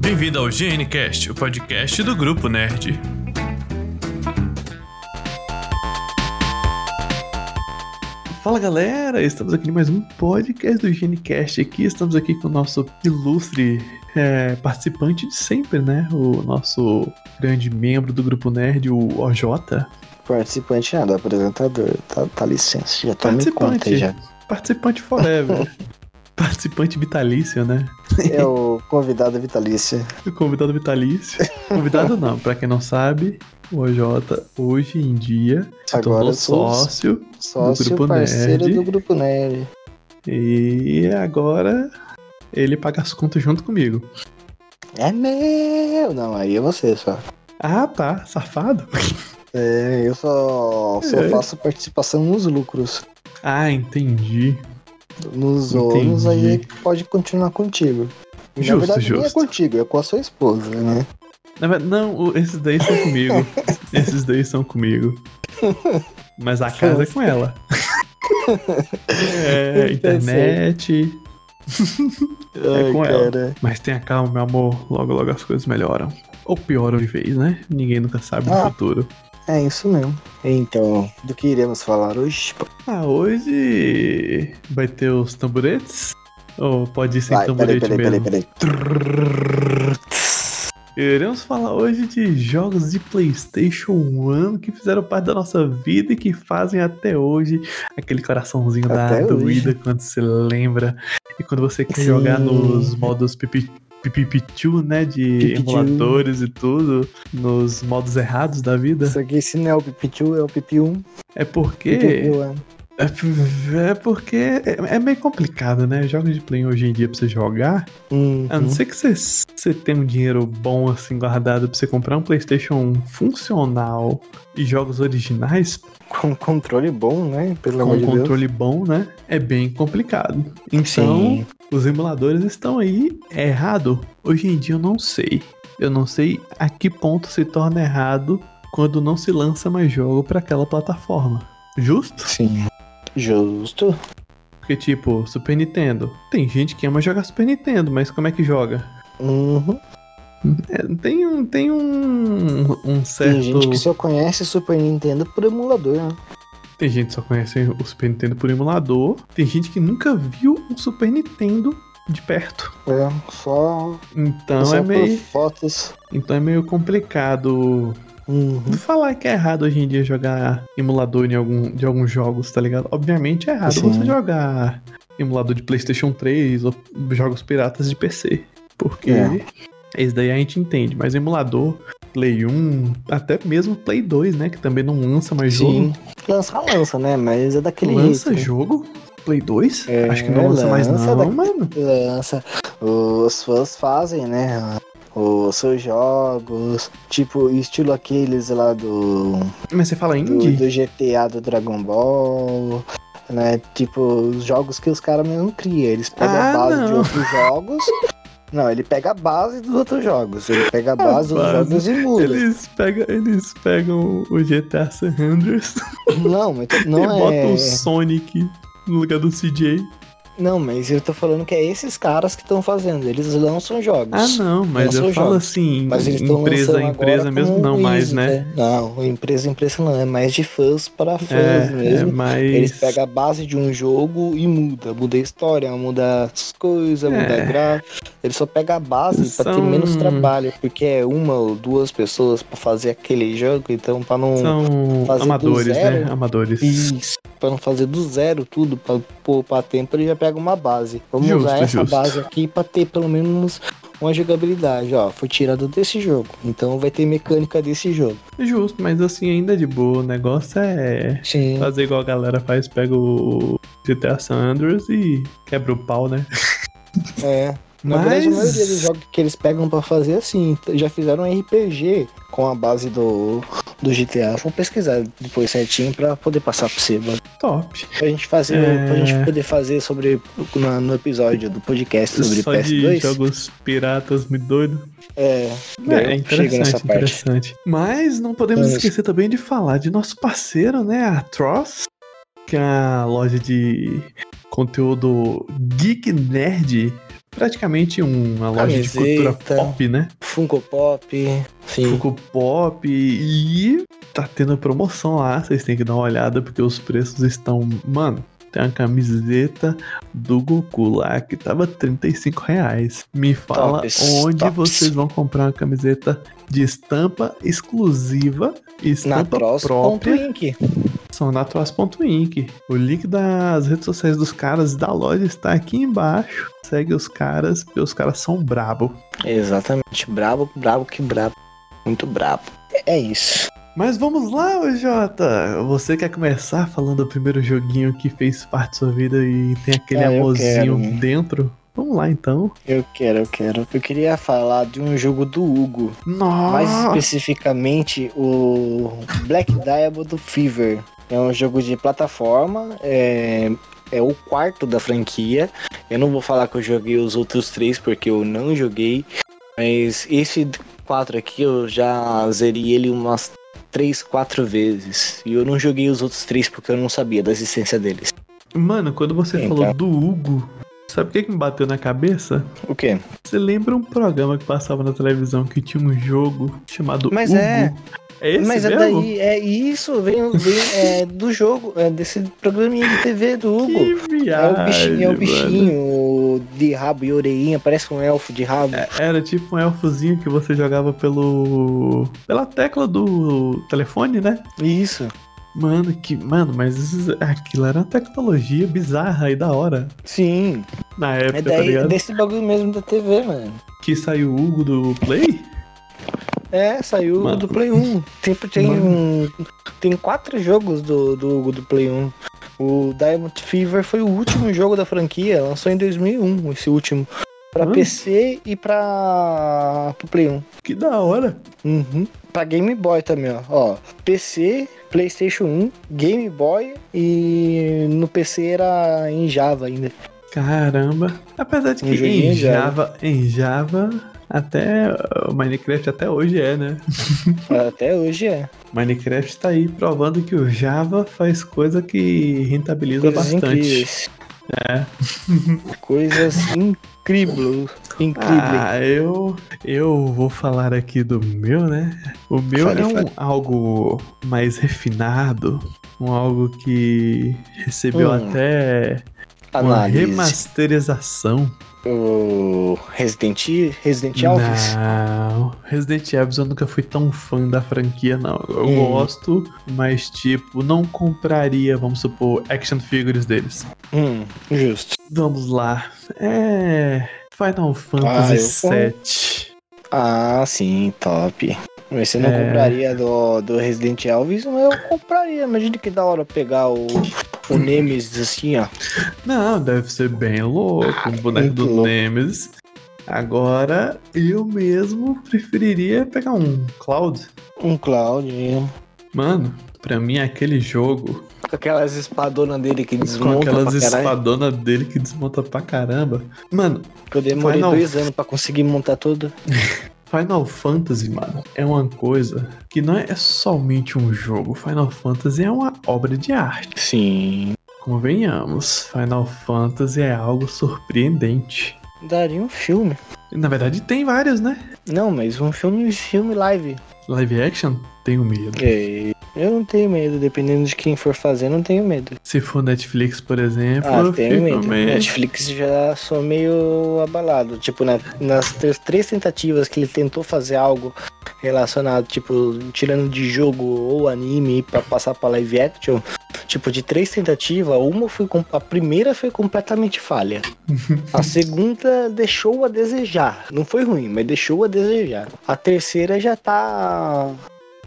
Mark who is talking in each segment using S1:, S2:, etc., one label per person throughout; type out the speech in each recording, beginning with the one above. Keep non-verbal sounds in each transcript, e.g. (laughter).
S1: Bem-vindo ao GNCast, o podcast do Grupo Nerd. Fala galera, estamos aqui em mais um podcast do GeneCast aqui, estamos aqui com o nosso ilustre é, participante de sempre, né? O nosso grande membro do Grupo Nerd, o OJ.
S2: Participante nada, apresentador. Tá, tá licença, já tá me
S1: Participante.
S2: conta aí
S1: (laughs)
S2: já.
S1: Participante forever. participante vitalício, né?
S2: É o convidado vitalício.
S1: O Convidado vitalício. Convidado não, pra quem não sabe, o OJ hoje em dia se
S2: Agora
S1: tornou
S2: eu sou o
S1: sócio
S2: Sócio
S1: Grupo
S2: parceiro
S1: Nerd.
S2: do Grupo Nerd.
S1: e agora ele paga as contas junto comigo.
S2: É meu! Não, aí é você só.
S1: Ah tá, safado.
S2: É, eu só, só
S1: É.
S2: faço participação nos lucros.
S1: Ah, entendi.
S2: Nos ônus, aí
S1: Entendi.
S2: pode continuar contigo. E,
S1: Justo,
S2: na verdade, nem é
S1: justo.
S2: contigo, é com a sua esposa, né?
S1: Na verdade, Não, o- esses daí são
S2: (laughs)
S1: comigo. esses daí são comigo. Mas a casa é com
S2: (laughs)
S1: ela. É,
S2: Eu
S1: internet.
S2: Ai,
S1: É com ela.
S2: cara.
S1: Mas tenha calma, meu amor. Logo, logo as coisas melhoram. Ou pioram de vez, né? Ninguém nunca sabe do
S2: Ah.
S1: futuro.
S2: É isso mesmo. Então, do que iremos falar hoje?
S1: Ah, hoje vai ter os tamboretes? Ou pode ir sem
S2: Vai,
S1: tamborete
S2: peraí, peraí, peraí,
S1: mesmo?
S2: peraí.
S1: Iremos falar hoje de jogos de PlayStation 1 que fizeram parte da nossa vida e que fazem até hoje aquele coraçãozinho
S2: Até
S1: da
S2: hoje.
S1: doída quando se lembra. E quando você quer
S2: Sim.
S1: jogar nos modos pipi- pipipichu, né? De
S2: Pipichu.
S1: emuladores e tudo, nos modos errados da vida.
S2: Isso aqui, se não é o PP2, é o PP1.
S1: É porque.
S2: PP1 é.
S1: É p- É porque é é meio complicado, né? Jogos de play hoje em dia pra você jogar.
S2: Uhum.
S1: A Ah, não ser que você, você tenha um dinheiro bom assim guardado pra você comprar um PlayStation 1 funcional e jogos originais
S2: Com um controle bom, né? Pelo
S1: com
S2: amor
S1: um
S2: de Deus.
S1: controle bom, né? É bem complicado. Então,
S2: Sim.
S1: os emuladores estão aí. É errado? Hoje em dia eu não sei. Eu não sei a que ponto se torna errado quando não se lança mais jogo pra aquela plataforma. Justo?
S2: Sim. Então, Justo.
S1: Porque, tipo, Super Nintendo. Tem gente que ama jogar Super Nintendo, mas como é que joga?
S2: Uhum.
S1: É, tem um, tem um, um certo.
S2: Tem gente que só conhece Super Nintendo por emulador, né?
S1: Tem gente que só conhece o Super Nintendo por emulador. Tem gente que nunca viu um Super Nintendo de perto.
S2: É, só,
S1: Então
S2: só
S1: é
S2: por
S1: meio,
S2: fotos.
S1: então é meio complicado
S2: Uhum.
S1: falar que é errado hoje em dia jogar emulador em algum, de alguns jogos, tá ligado? Obviamente é errado
S2: Sim.
S1: você jogar emulador de PlayStation 3 ou jogos piratas de PC. Porque
S2: É.
S1: esse daí a gente entende, mas emulador, Play 1, até mesmo Play 2, né? Que também não lança mais jogo.
S2: Sim. Lança, lança, né? Mas é daquele
S1: um- lança
S2: jeito.
S1: jogo? Play 2?
S2: É,
S1: Acho que não lança, mais
S2: lança
S1: não,
S2: daqui-
S1: mano.
S2: né? Lança. Os fãs fazem, né? Os seus jogos. Tipo, estilo aqueles lá do.
S1: Mas você fala
S2: do,
S1: indie?
S2: do GTA do Dragon Ball, né? Tipo, os jogos que os caras mesmo criam. Eles pegam
S1: Ah,
S2: a base de
S1: não.
S2: outros jogos. Não, ele pega a base dos outros jogos. Ele pega a base dos
S1: base.
S2: jogos e muda.
S1: Eles pegam, eles pegam o GTA San Andreas (laughs)
S2: Não, mas tu-
S1: e
S2: não é.
S1: botam o Sonic no lugar do CJ.
S2: Não, mas eu tô falando que é esses caras que estão fazendo. Eles lançam jogos.
S1: Ah, não, mas
S2: Lançam
S1: eu falo
S2: jogos.
S1: assim,
S2: Mas eles estão
S1: empresa
S2: lançando
S1: a empresa
S2: agora
S1: mesmo,
S2: com
S1: não
S2: o
S1: mais,
S2: Easy,
S1: né?
S2: Não, empresa empresa não, é mais de fãs para fãs
S1: É, é,
S2: mesmo.
S1: mas.
S2: Eles pegam a base de um jogo e muda. Muda a história, muda as coisas,
S1: É.
S2: muda a gráfica. Eles só pegam a base pra ter
S1: São-
S2: menos trabalho, porque é uma ou duas pessoas pra fazer aquele jogo, então pra não.
S1: São
S2: fazer do
S1: amadores, né?
S2: zero.
S1: Amadores.
S2: Isso. Pra não fazer do zero tudo, pra poupar tempo, ele já pega uma base. Vamos
S1: Justo,
S2: usar essa
S1: justo.
S2: base aqui pra ter pelo menos uma jogabilidade. Ó, foi tirada desse jogo, então vai ter mecânica desse jogo.
S1: Justo, mas assim, ainda de boa. O negócio é
S2: Sim.
S1: fazer igual a galera faz, pega o GTA San Andreas e quebra o pau, né?
S2: É. Na verdade, a maioria dos jogos que eles pegam pra fazer é assim, t- já fizeram um RPG com a base do, do GTA. Vou pesquisar depois certinho pra poder passar pra você, mano.
S1: Top.
S2: Pra gente fazer,
S1: É.
S2: pra gente poder fazer sobre na- no episódio do podcast sobre
S1: Só de
S2: PS2.
S1: jogos piratas muito doido.
S2: É, daí
S1: É, é
S2: eu chego
S1: interessante,
S2: nessa parte.
S1: interessante. Mas não podemos
S2: Mas-
S1: esquecer também de falar de nosso parceiro, né? A Tross, que é a loja de conteúdo geek nerd praticamente uma loja de
S2: Camiseta.
S1: cultura pop, né?
S2: Funko Pop, sim.
S1: Funko Pop e tá tendo promoção lá, vocês têm que dar uma olhada porque os preços estão, mano, tem uma camiseta do Goku lá que tava 35 reais. Me fala
S2: Tops,
S1: onde
S2: tops.
S1: vocês vão comprar uma camiseta de estampa exclusiva e
S2: Na
S1: estampa própria.
S2: Tross.inc.
S1: São na Troas.inc. O link das redes sociais dos caras e da loja está aqui embaixo. Segue os caras, porque os caras são brabo.
S2: Exatamente. Brabo, brabo, que brabo. Muito brabo. É isso.
S1: Mas vamos lá, ô Jota! Você quer começar falando do primeiro joguinho que fez parte da sua vida e tem aquele
S2: Ah, eu
S1: amorzinho
S2: quero.
S1: dentro? Vamos lá então.
S2: Eu quero, eu quero. Eu queria falar de um jogo do Hugo. Mais
S1: Nossa!
S2: especificamente o Black Diamond Fever. É um jogo de plataforma, é, é o quarto da franquia. Eu não vou falar que eu joguei os outros três porque eu não joguei, mas esse quatro aqui eu já zerei ele umas três, quatro vezes. E eu não joguei os outros três porque eu não sabia da existência deles.
S1: Mano, quando você
S2: Então.
S1: falou do Hugo, sabe o que, que me bateu na cabeça?
S2: O quê?
S1: Você lembra um programa que passava na televisão que tinha um jogo chamado
S2: Mas
S1: Hugo?
S2: é.
S1: É esse
S2: Mas é
S1: mesmo?
S2: daí, é isso, vem, vem é, do jogo, é desse programinha de TV do Hugo.
S1: Que
S2: É
S1: viagem,
S2: o bichinho, é o
S1: mano.
S2: bichinho de rabo e orelhinha, parece um elfo de rabo.
S1: Era tipo um elfozinho que você jogava pelo. pela tecla do telefone, né?
S2: Isso.
S1: Mano, que. Mano, mas isso- é, aquilo era uma tecnologia bizarra e da hora.
S2: Sim.
S1: Na
S2: É
S1: época, tá
S2: daí,
S1: ligado?
S2: desse bagulho mesmo da TV, mano.
S1: Que saiu o Hugo do Play?
S2: É, saiu
S1: Mano.
S2: do Play 1. Tipo, tem um. Tem quatro jogos do, do, do Play 1. O Diamond Fever foi o último (laughs) jogo da franquia, lançou em 2001, esse último. Pra
S1: Hum.
S2: PC e pra. pro Play 1.
S1: Que da hora.
S2: Uhum. Pra Game Boy também, ó. ó. PC, PlayStation 1, Game Boy e no PC era em
S1: (laughs)
S2: Java ainda.
S1: Caramba. Apesar de
S2: Um
S1: que
S2: joguinho
S1: em
S2: já era.
S1: Java, em Java, até. O Minecraft até hoje é, né?
S2: Até hoje é.
S1: Minecraft tá aí provando que o Java faz coisa que rentabiliza
S2: Coisas
S1: bastante.
S2: incríveis. É. (laughs) Coisas incríveis. Incrível.
S1: Ah, eu, eu vou falar aqui do meu, né? O meu
S2: Fale,
S1: é um
S2: fale.
S1: algo mais refinado, um algo que recebeu
S2: Hum,
S1: até Ah, uma
S2: Análise.
S1: remasterização.
S2: O Resident, E- Resident Alves.
S1: Não, Resident Evil eu nunca fui tão fã da franquia, não. Eu
S2: Hum.
S1: gosto, mas tipo, não compraria, vamos supor, action figures deles.
S2: Hum, justo.
S1: Vamos lá. É.
S2: Ah,
S1: Final Fantasy
S2: eu-
S1: VII.
S2: Ah, sim, top. Mas você não
S1: É.
S2: compraria do, do Resident Alves, mas eu compraria. Imagina que da hora pegar o, o Nemesis assim, ó.
S1: Não, deve ser bem louco, um boneco
S2: muito
S1: do
S2: louco.
S1: Nemesis. Agora, eu mesmo preferiria pegar um Cloud.
S2: Um Cloud.
S1: Mano, pra mim é aquele jogo,
S2: Com aquelas espadonas dele que
S1: com
S2: desmonta
S1: aquelas
S2: pra caralho.
S1: espadonas dele que desmonta pra caramba. Mano,
S2: Que eu demorei
S1: Final-
S2: dois anos pra conseguir montar tudo.
S1: Final Fantasy, mano, é uma coisa que não é somente um jogo. Final Fantasy é uma obra de arte.
S2: Sim.
S1: Convenhamos, Final Fantasy é algo surpreendente.
S2: Daria um filme.
S1: Na verdade, tem vários, né?
S2: Não, mas um filme, filme live.
S1: Live action, tenho medo.
S2: É, Eu não tenho medo, dependendo de quem for fazer, eu não tenho medo.
S1: Se for Netflix, por exemplo,
S2: Ah,
S1: eu
S2: tenho
S1: fico
S2: medo.
S1: meio-
S2: Netflix já sou meio abalado. Tipo, na- nas três, três tentativas que ele tentou fazer algo relacionado, tipo, tirando de jogo ou anime pra passar pra live action, tipo, de três tentativas, uma foi. com- A primeira foi completamente falha. A segunda deixou a desejar. Não foi ruim, mas deixou a desejar. A terceira já tá.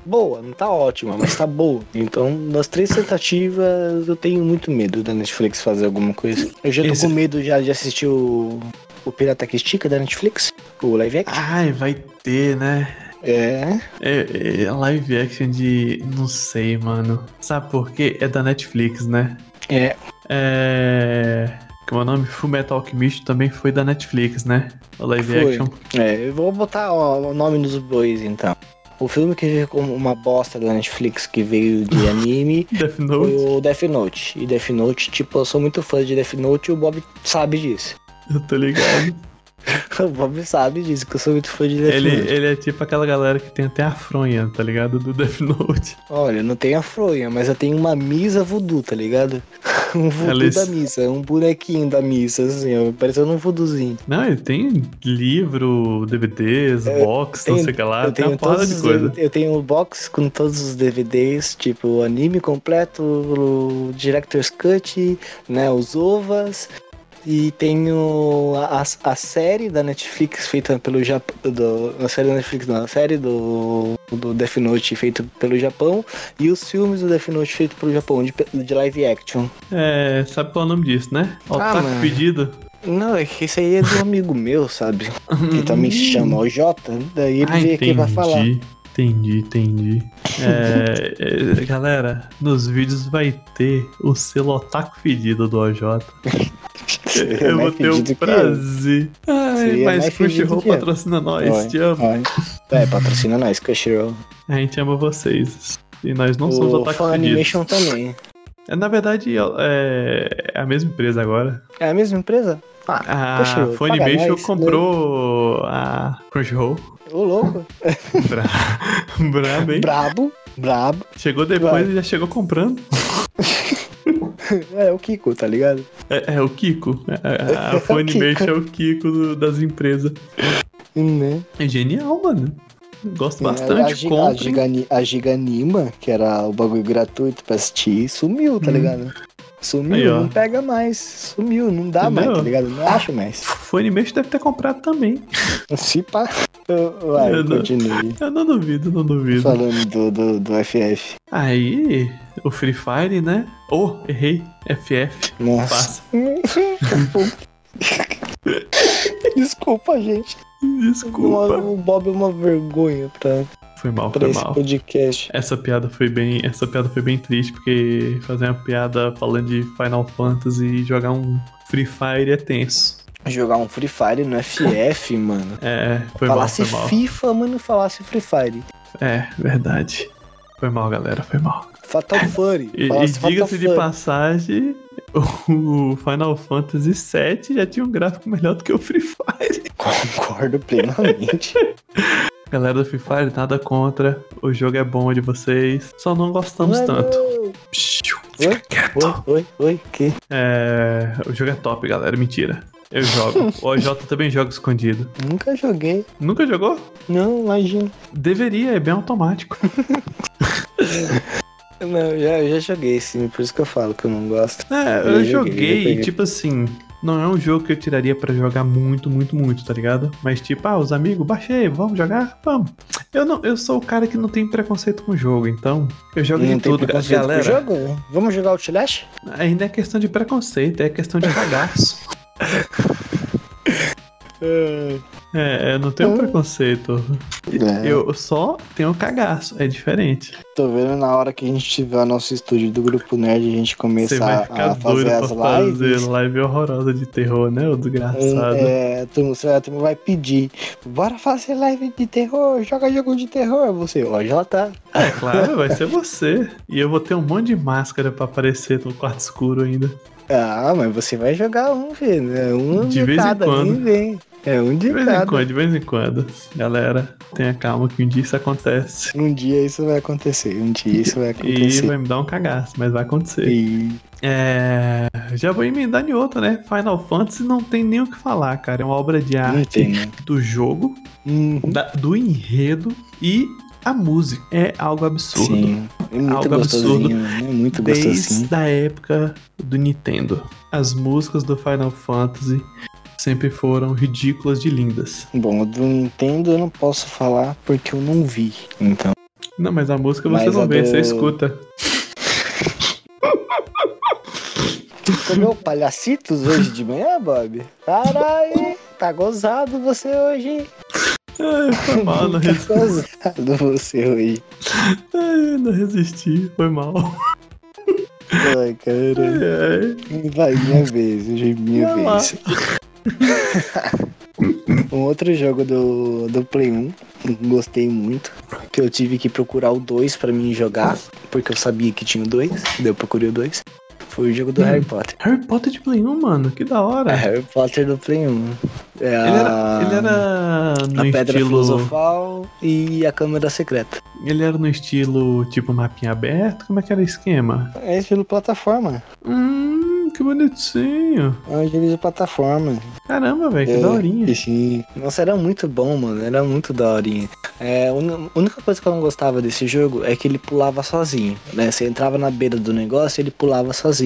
S2: Boa, não tá ótima, mas tá boa. Então, nas três tentativas, eu tenho muito medo da Netflix fazer alguma coisa. Eu já tô
S1: Esse-
S2: com medo já de assistir o, o Pirata que Estica da Netflix, o live action.
S1: Ai, vai ter, né?
S2: É,
S1: É, é live action de. Não sei, mano. Sabe por quê? É da Netflix, né?
S2: é,
S1: É. Como é o nome? Full Metal Alchemist também foi da Netflix, né? O live
S2: Foi.
S1: action. (laughs)
S2: é. Eu vou botar ó, o nome dos dois, então. O filme que veio como uma bosta da Netflix que veio de anime
S1: Death
S2: foi
S1: Note.
S2: o Death Note. E Death Note, tipo, eu sou muito fã de Death Note e o Bob sabe disso. (laughs)
S1: Eu tô ligado.
S2: O Bob sabe disso, que eu sou muito fã de Death
S1: Ele,
S2: Note.
S1: ele é tipo aquela galera que tem até a fronha, tá ligado? Do Death (laughs) Note.
S2: Olha, eu não tenho a fronha, mas eu tenho uma misa voodoo, tá ligado? (laughs) Um voodoo
S1: Alice.
S2: da missa, um bonequinho da missa, assim, ó, parecendo um voodoozinho.
S1: Não, ele tem livro, DVDs,
S2: É,
S1: box, não
S2: tenho-
S1: sei o que lá,
S2: eu
S1: tem uma
S2: tenho
S1: porrada
S2: todos
S1: de
S2: os
S1: coisa.
S2: DVD eu tenho o box com todos os DVDs, tipo o anime completo, o Director's Cut, né, os OVAs. E tenho a, a- a série da Netflix feita pelo Japão. A série da Netflix, não, a série do, do Death Note feita pelo Japão. E os filmes do Death Note feito pelo Japão, de, de live action.
S1: É, sabe qual é o nome disso, né? Otaku
S2: Ah, mano.
S1: pedido.
S2: Não, é que isso aí é de um amigo meu, sabe? Que também se tá chama o Jota. Daí ele
S1: Ah,
S2: vê quem vai falar.
S1: Entendi, entendi. É, é, galera, nos vídeos vai ter o selo Otaku Fedido do OJ.
S2: Ele é
S1: (laughs) Eu vou
S2: mais
S1: ter
S2: fedido
S1: o
S2: que eu.
S1: prazer. Ai,
S2: Seria
S1: mas
S2: mais fedido
S1: Crunchyroll
S2: que eu.
S1: patrocina nós,
S2: Vai.
S1: te amo.
S2: Ai. É, patrocina nós, Crunchyroll.
S1: A gente ama vocês. E nós não somos
S2: O
S1: Otaku Fedidos.
S2: Funimation também.
S1: É, Na verdade, é, é a mesma empresa agora.
S2: É a mesma empresa?
S1: A
S2: Ah, Poxa, paga
S1: Funimation
S2: nós, né?
S1: comprou a Crunchyroll. (laughs)
S2: ô louco.
S1: Bra... Braba, hein?
S2: Brabo, brabo.
S1: Chegou depois
S2: Vai.
S1: e já chegou comprando.
S2: É o Kiko, tá ligado?
S1: É, é o Kiko.
S2: (laughs)
S1: É, A, a Funimation é o Kiko do- das empresas.
S2: Né?
S1: É genial, mano. Gosto
S2: a,
S1: bastante.
S2: Giga- a,
S1: Comprem.
S2: Gigani- a Giganima, que era o bagulho gratuito pra assistir, sumiu, tá
S1: Hum.
S2: ligado? Sumiu,
S1: Aí, ó.
S2: não pega mais. Sumiu, não dá mais,
S1: Entendeu?
S2: tá ligado? Não acho mais.
S1: Funimation deve ter comprado também.
S2: Se pá. Vai,
S1: Eu não-
S2: continue.
S1: Eu não duvido, não duvido.
S2: Falando do, do, do FF.
S1: Aí, o Free Fire, né? Oh, errei. FF.
S2: Nossa.
S1: Passa.
S2: (laughs) Desculpa, gente.
S1: Desculpa.
S2: O Bob é uma vergonha pra,
S1: Foi mal,
S2: pra
S1: foi
S2: esse
S1: mal.
S2: podcast.
S1: Essa piada foi bem, essa piada foi bem triste porque fazer uma piada falando de Final Fantasy e jogar um Free Fire é tenso.
S2: jogar um Free Fire no FF, mano.
S1: É, foi
S2: falasse
S1: mal, foi mal.
S2: FIFA, mano, falasse Free Fire.
S1: É, verdade. Foi mal, galera, foi mal. (laughs)
S2: Fatal Fury.
S1: E, e
S2: falasse Fatal
S1: diga-se de
S2: Fury.
S1: passagem, o Final Fantasy VII já tinha um gráfico melhor do que o Free Fire.
S2: (laughs)
S1: (laughs)
S2: Concordo plenamente.
S1: Galera do Free Fire, nada contra. O jogo é bom de vocês. Só não gostamos
S2: Mano,
S1: tanto. Psiu, Fica
S2: é Oi?
S1: quieto.
S2: Oi, oi, oi. Que?
S1: É, o jogo é top, galera. Mentira. Eu jogo.
S2: (laughs)
S1: O OJ também joga escondido.
S2: Nunca joguei.
S1: Nunca jogou?
S2: Não, imagina.
S1: Deveria, é bem automático.
S2: Não, eu já, eu já joguei sim, por isso que eu falo que eu não gosto.
S1: É, eu,
S2: Eu joguei, eu
S1: joguei,
S2: peguei.
S1: tipo assim, não é um jogo que eu tiraria pra jogar muito, muito, muito, tá ligado? Mas tipo, ah, os amigos, baixei, vamos jogar? Vamos. Eu não, eu sou o cara que não tem preconceito com o jogo, então eu jogo
S2: não
S1: de tudo, ga-
S2: preconceito com o
S1: galera.
S2: Jogo? né? Vamos jogar Outlast?
S1: Ainda é questão de preconceito, é questão de cagaço.
S2: (laughs)
S1: é, eu não tenho
S2: Hum.
S1: preconceito.
S2: É,
S1: Eu só tenho cagaço, é diferente.
S2: Tô vendo na hora que a gente tiver o nosso estúdio do Grupo Nerd, a gente
S1: Você vai
S2: começar
S1: ficar
S2: a
S1: doido
S2: fazer
S1: pra
S2: as
S1: fazer
S2: lives.
S1: live horrorosa de terror, né, ô desgraçado?
S2: É, a turma, sei lá, a turma vai pedir. Bora fazer live de terror, joga jogo de terror. Você, ó, já tá.
S1: É claro, vai ser você. E eu vou ter um monte de máscara pra aparecer no quarto escuro ainda.
S2: Ah, mas você vai jogar um, filho. É um
S1: De
S2: de,
S1: vez em
S2: cada,
S1: quando.
S2: nem vem. É um de
S1: De vez em
S2: cada.
S1: quando, de vez em quando. Galera, tenha calma que um dia isso acontece.
S2: Um dia isso vai acontecer, um dia isso
S1: (laughs)
S2: vai
S1: E
S2: acontecer.
S1: vai me dar um cagaço, mas vai acontecer.
S2: E
S1: É. Já vou emendar em outro, né? Final Fantasy não tem nem o que falar, cara. É uma obra de
S2: não
S1: arte
S2: tem, né?
S1: do jogo,
S2: Hum,
S1: da- do enredo e a música. É algo absurdo.
S2: sim. É muito
S1: Algo
S2: gostosinho,
S1: absurdo.
S2: né? É muito gostosinho.
S1: desde a época do Nintendo. As músicas do Final Fantasy sempre foram ridículas de lindas.
S2: Bom, do Nintendo eu não posso falar porque eu não vi. Então.
S1: Não, mas a música você
S2: Mas
S1: não
S2: a
S1: vê,
S2: do-
S1: você escuta.
S2: Comeu palhacitos hoje de manhã, Bob? Caralho, tá gozado você hoje, hein?
S1: Ai, foi mal,
S2: (laughs)
S1: não,
S2: Tá
S1: res-
S2: gozado você hoje.
S1: Ai, não resisti, foi mal.
S2: Ai, cara.
S1: Ai,
S2: Vai, minha vez, hoje é minha
S1: Vai lá.
S2: vez. um outro jogo do, do Play 1, gostei muito, que eu tive que procurar o 2 pra mim jogar, porque eu sabia que tinha o 2, daí eu procurei o 2. Foi o jogo do
S1: Hum.
S2: Harry Potter.
S1: Harry Potter de Play 1, mano, que da
S2: É,
S1: hora.
S2: Harry Potter do Play 1. É
S1: Ele
S2: a-
S1: era, ele era no
S2: A Pedra
S1: estilo.
S2: Filosofal e a Câmara Secreta.
S1: Ele era no estilo tipo mapinha aberto? Como é que era o esquema?
S2: É estilo plataforma.
S1: Hum, que bonitinho.
S2: É um jogo de plataforma.
S1: Caramba, velho, que
S2: É,
S1: daorinha.
S2: e sim. Nossa, era muito bom, mano. Era muito daorinha. É, a uni- a única coisa que eu não gostava desse jogo é que ele pulava sozinho. Né? Você entrava na beira do negócio e ele pulava sozinho.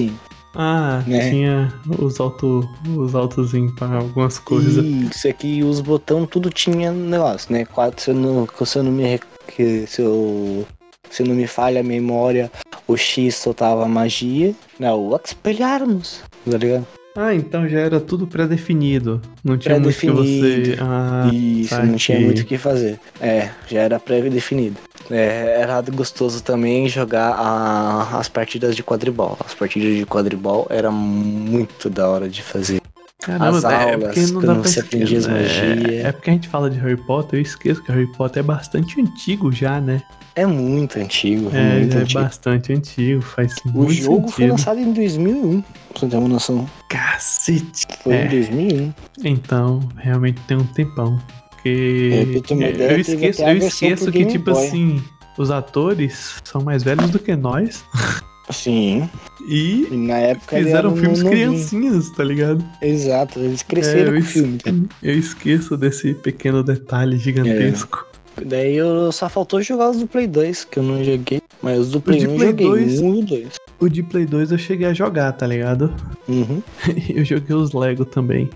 S1: Ah,
S2: né?
S1: tinha os alto, os altozinhos para algumas coisas.
S2: E isso aqui, os botão, tudo tinha negócio, né? Quatro, se eu não, se eu não me. re- que- Se eu, se não me falha a memória, o X soltava magia. Não, o Expelharmos. Tá ligado?
S1: Ah, então já era tudo pré-definido. Não tinha muito que
S2: Pré-definido.
S1: você. Ah,
S2: Isso,
S1: tá
S2: não tinha
S1: aqui.
S2: muito o que fazer. É, já era pré-definido. É, era gostoso também jogar a- as partidas de quadribol. As partidas de quadribol era muito da hora de fazer.
S1: caramba,
S2: as
S1: é
S2: aulas,
S1: porque não
S2: quando
S1: dá pra
S2: você aprendia as
S1: esquecer, né?
S2: magias.
S1: É porque a gente fala de Harry Potter, eu esqueço que Harry Potter é bastante antigo já, né?
S2: É muito antigo,
S1: É,
S2: muito
S1: já é
S2: antigo.
S1: bastante antigo, faz
S2: O
S1: muito
S2: jogo foi
S1: sentido.
S2: lançado em 2001, pra você ter uma noção.
S1: Cacete!
S2: Foi
S1: É.
S2: em 2001.
S1: Então, realmente tem um tempão.
S2: É,
S1: Porque
S2: pra ter uma ideia,
S1: eu
S2: teve
S1: esqueço,
S2: até a
S1: eu
S2: versão pro
S1: esqueço que,
S2: Game
S1: tipo
S2: Boy.
S1: assim, os atores são mais velhos do que nós (laughs)
S2: Sim,
S1: e
S2: e na época ele
S1: fizeram
S2: era um
S1: filmes
S2: novinho.
S1: criancinhas, tá ligado?
S2: Exato, eles cresceram
S1: É,
S2: com o
S1: isso.
S2: filme.
S1: Eu esqueço desse pequeno detalhe gigantesco.
S2: Daí eu só faltou jogar os do Play 2, que eu não joguei. Mas os do Play
S1: de
S2: 1 eu
S1: Play
S2: joguei,
S1: 2.
S2: o 1 e o 2.
S1: O de Play 2 eu cheguei a jogar, tá ligado?
S2: Uhum.
S1: (laughs) Eu joguei os Lego também.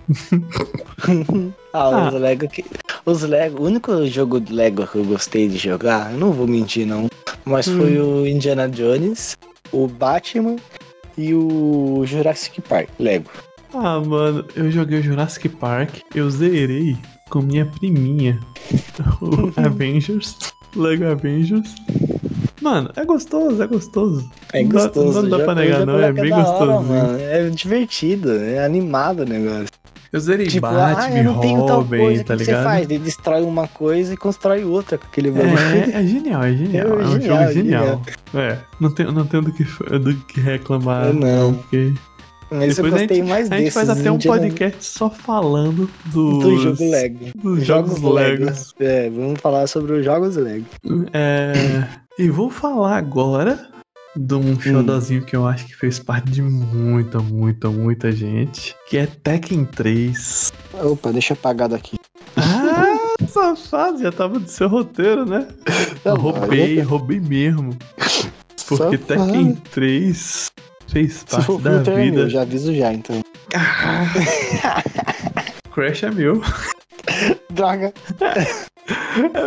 S2: Ah,
S1: Ah.
S2: os Lego que... Os Lego, o único jogo de Lego que eu gostei de jogar, eu não vou mentir não, mas
S1: Hum.
S2: foi o Indiana Jones, o Batman e o Jurassic Park, Lego.
S1: Ah, mano, eu joguei o Jurassic Park, eu zerei com minha priminha (laughs)
S2: (laughs)
S1: o Avengers, Lego Avengers. Mano, é gostoso, é gostoso.
S2: É
S1: Não dá-
S2: gostoso.
S1: não dá
S2: o
S1: pra
S2: jogo-
S1: negar,
S2: o jogo
S1: não, é
S2: da
S1: bem né?
S2: hora,
S1: gostosinho.
S2: mano. É divertido, é animado o negócio.
S1: Eu zerei
S2: Tipo, ah, eu
S1: Batman,
S2: não tenho tal
S1: Robin,
S2: coisa,
S1: tá
S2: o que você
S1: ligado?
S2: faz? Ele destrói uma coisa e constrói outra com aquele bagulho.
S1: É, é genial, é genial. É,
S2: É
S1: um
S2: genial,
S1: jogo
S2: é
S1: genial. É, não tenho, não tenho do, que, do que reclamar.
S2: Eu não.
S1: porque
S2: Mas
S1: Depois
S2: eu
S1: a
S2: gostei
S1: gente-
S2: mais
S1: a
S2: desses.
S1: gente faz até um
S2: Indiana-
S1: podcast só falando dos,
S2: do jogo Lego.
S1: dos jogos Legos.
S2: É, vamos falar sobre os jogos Lego.
S1: É, e vou falar agora de
S2: Hum.
S1: um xodozinho que eu acho que fez parte de muita, muita, muita gente, que é Tekken
S2: (laughs)
S1: 3.
S2: Opa, deixa eu apagar daqui.
S1: Ah, safado, já tava do seu roteiro, né?
S2: Tá bom,
S1: roubei, roubei mesmo. Porque
S2: Safado.
S1: Tekken 3 fez
S2: Se
S1: parte
S2: for
S1: da
S2: filtro, é meu,
S1: vida.
S2: já aviso já, então.
S1: Crash é meu. (laughs)
S2: Droga.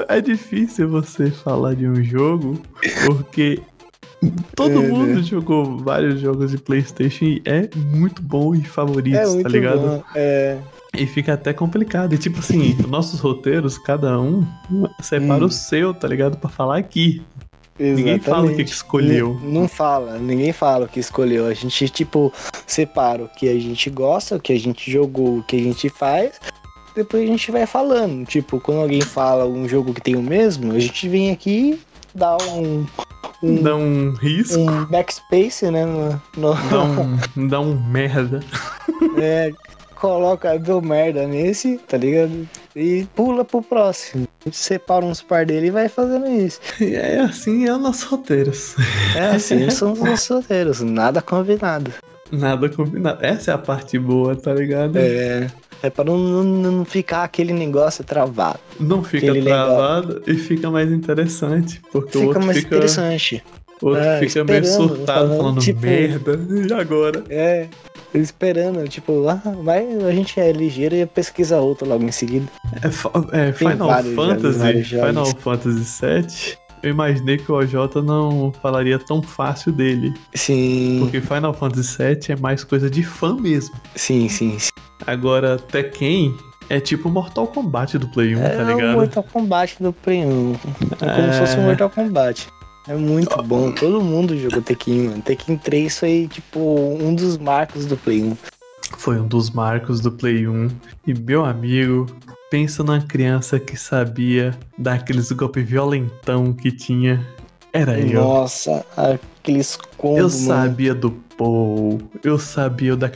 S1: É difícil você falar de um jogo, porque todo
S2: É, né?
S1: mundo jogou vários jogos de PlayStation e é muito bom e favorito,
S2: É muito
S1: tá ligado?
S2: bom. É,
S1: E fica até complicado. E tipo assim, nossos roteiros, cada um separa
S2: Hum.
S1: o seu, tá ligado? Pra falar aqui. Ninguém
S2: exatamente.
S1: fala o que, que escolheu.
S2: Não, não fala, ninguém fala o que escolheu. A gente, tipo, separa o que a gente gosta, o que a gente jogou, o que a gente faz. Depois a gente vai falando. Tipo, quando alguém fala um jogo que tem o mesmo, a gente vem aqui, dá um. um
S1: Dá um risco,
S2: um backspace, né? No, no-
S1: dá, um, dá um
S2: (laughs)
S1: merda.
S2: é, coloca, deu merda nesse, tá ligado? E pula pro próximo. Separa uns par dele e vai fazendo isso.
S1: E é assim, é os nossos roteiros.
S2: É assim, são os solteiros, nada combinado.
S1: Nada combinado. Essa é a parte boa, tá ligado?
S2: É. É pra não, não, não ficar aquele negócio travado.
S1: Não fica
S2: Aquele
S1: travado e fica mais interessante. Porque o
S2: Fica
S1: outro
S2: mais
S1: fica,
S2: interessante.
S1: o outro
S2: É,
S1: fica meio
S2: esperando,
S1: surtado,
S2: falando,
S1: falando
S2: tipo-
S1: merda. E agora?
S2: É. Esperando, tipo, ah, vai, a gente é ligeiro e pesquisa outro logo em seguida.
S1: É, fa- é,
S2: Tem
S1: Final
S2: vários jogos,
S1: Fantasy,
S2: vários jogos.
S1: Final Fantasy VII. Eu imaginei que o OJ não falaria tão fácil dele,
S2: Sim,
S1: porque Final Fantasy VII é mais coisa de fã mesmo.
S2: sim, sim. sim.
S1: Agora Tekken é tipo Mortal Kombat do Play 1,
S2: É
S1: tá
S2: o
S1: ligado?
S2: Mortal Kombat do Premium. É como se fosse um Mortal Kombat. É muito bom, todo mundo jogou Tekken, mano. Tekken 3 foi, tipo, um dos marcos do Play 1.
S1: Foi um dos marcos do Play 1. E meu amigo, pensa numa criança que sabia daqueles golpes violentão que tinha. Era eu.
S2: Nossa, aqueles combos,
S1: Eu
S2: mano.
S1: sabia do Paul, eu sabia o da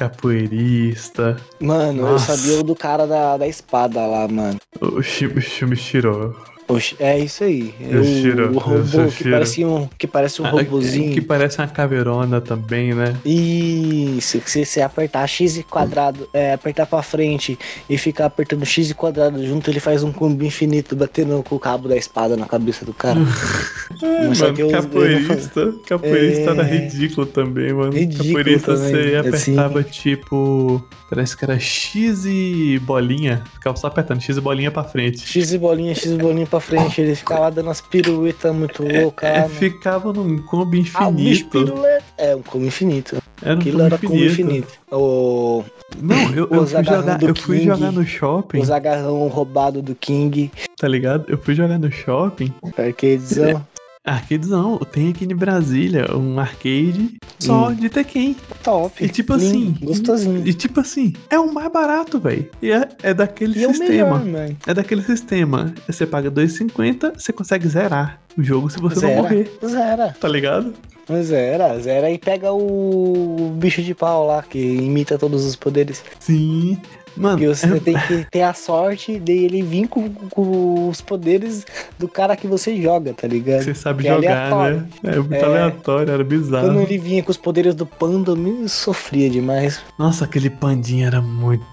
S1: capoeirista,
S2: Mano,
S1: Nossa.
S2: eu sabia o do cara da, da espada lá, mano.
S1: o Shimichiro.
S2: Oxe, é isso aí.
S1: Eu tiro,
S2: o, o robô
S1: eu
S2: que
S1: tiro.
S2: parece um, que parece um robozinho.
S1: Ah, é Que parece uma caveirona também, né?
S2: Isso, que se você apertar X quadrado, é, apertar pra frente e ficar apertando X quadrado junto, ele faz um combo infinito batendo com o cabo da espada na cabeça
S1: (laughs)
S2: do cara.
S1: É,
S2: Mas
S1: mano,
S2: só que eu-
S1: capoeirista. Capoeirista
S2: (laughs) É.
S1: era ridículo também, mano.
S2: Ridículo
S1: capoeirista
S2: também,
S1: você
S2: né?
S1: apertava tipo. Parece que era X e bolinha. Ficava só apertando X e bolinha pra frente.
S2: X e bolinha, X e bolinha pra frente, ele fica lá dando as piruetas muito loucas.
S1: É,
S2: né?
S1: ficava num combo
S2: Ah, o bicho
S1: infinito.
S2: piruleta. É, um combo infinito.
S1: era um
S2: Aquilo
S1: combo
S2: era
S1: infinito.
S2: combo infinito. O,
S1: Não, eu,
S2: O
S1: eu fui,
S2: Zagarrão
S1: jogar,
S2: do
S1: eu fui
S2: King.
S1: jogar no shopping,
S2: os agarrão roubado do King,
S1: tá ligado? Eu fui jogar no shopping.
S2: arcadezão.
S1: Arcades não, tem aqui em Brasília um arcade só
S2: Hum.
S1: de Tekken.
S2: Top.
S1: E tipo
S2: lindo,
S1: assim.
S2: Gostosinho.
S1: E tipo assim, é o mais barato, velho. E é, é daquele
S2: E é o
S1: sistema.
S2: melhor, mano.
S1: É daquele sistema. Você paga 2,50, você consegue zerar o jogo se você não
S2: Zera.
S1: morrer,
S2: Zera.
S1: tá ligado?
S2: Zera, zera e pega o bicho de pau lá, que imita todos os poderes.
S1: Sim. Mano,
S2: E você
S1: é-
S2: tem que ter a sorte dele vir com, com os poderes do cara que você joga, tá ligado?
S1: você sabe
S2: é
S1: jogar,
S2: aleatório.
S1: né? É muito
S2: É.
S1: aleatório, era
S2: Quando
S1: bizarro.
S2: ele vinha com os poderes do panda, eu me sofria demais.
S1: Nossa, aquele pandinha era muito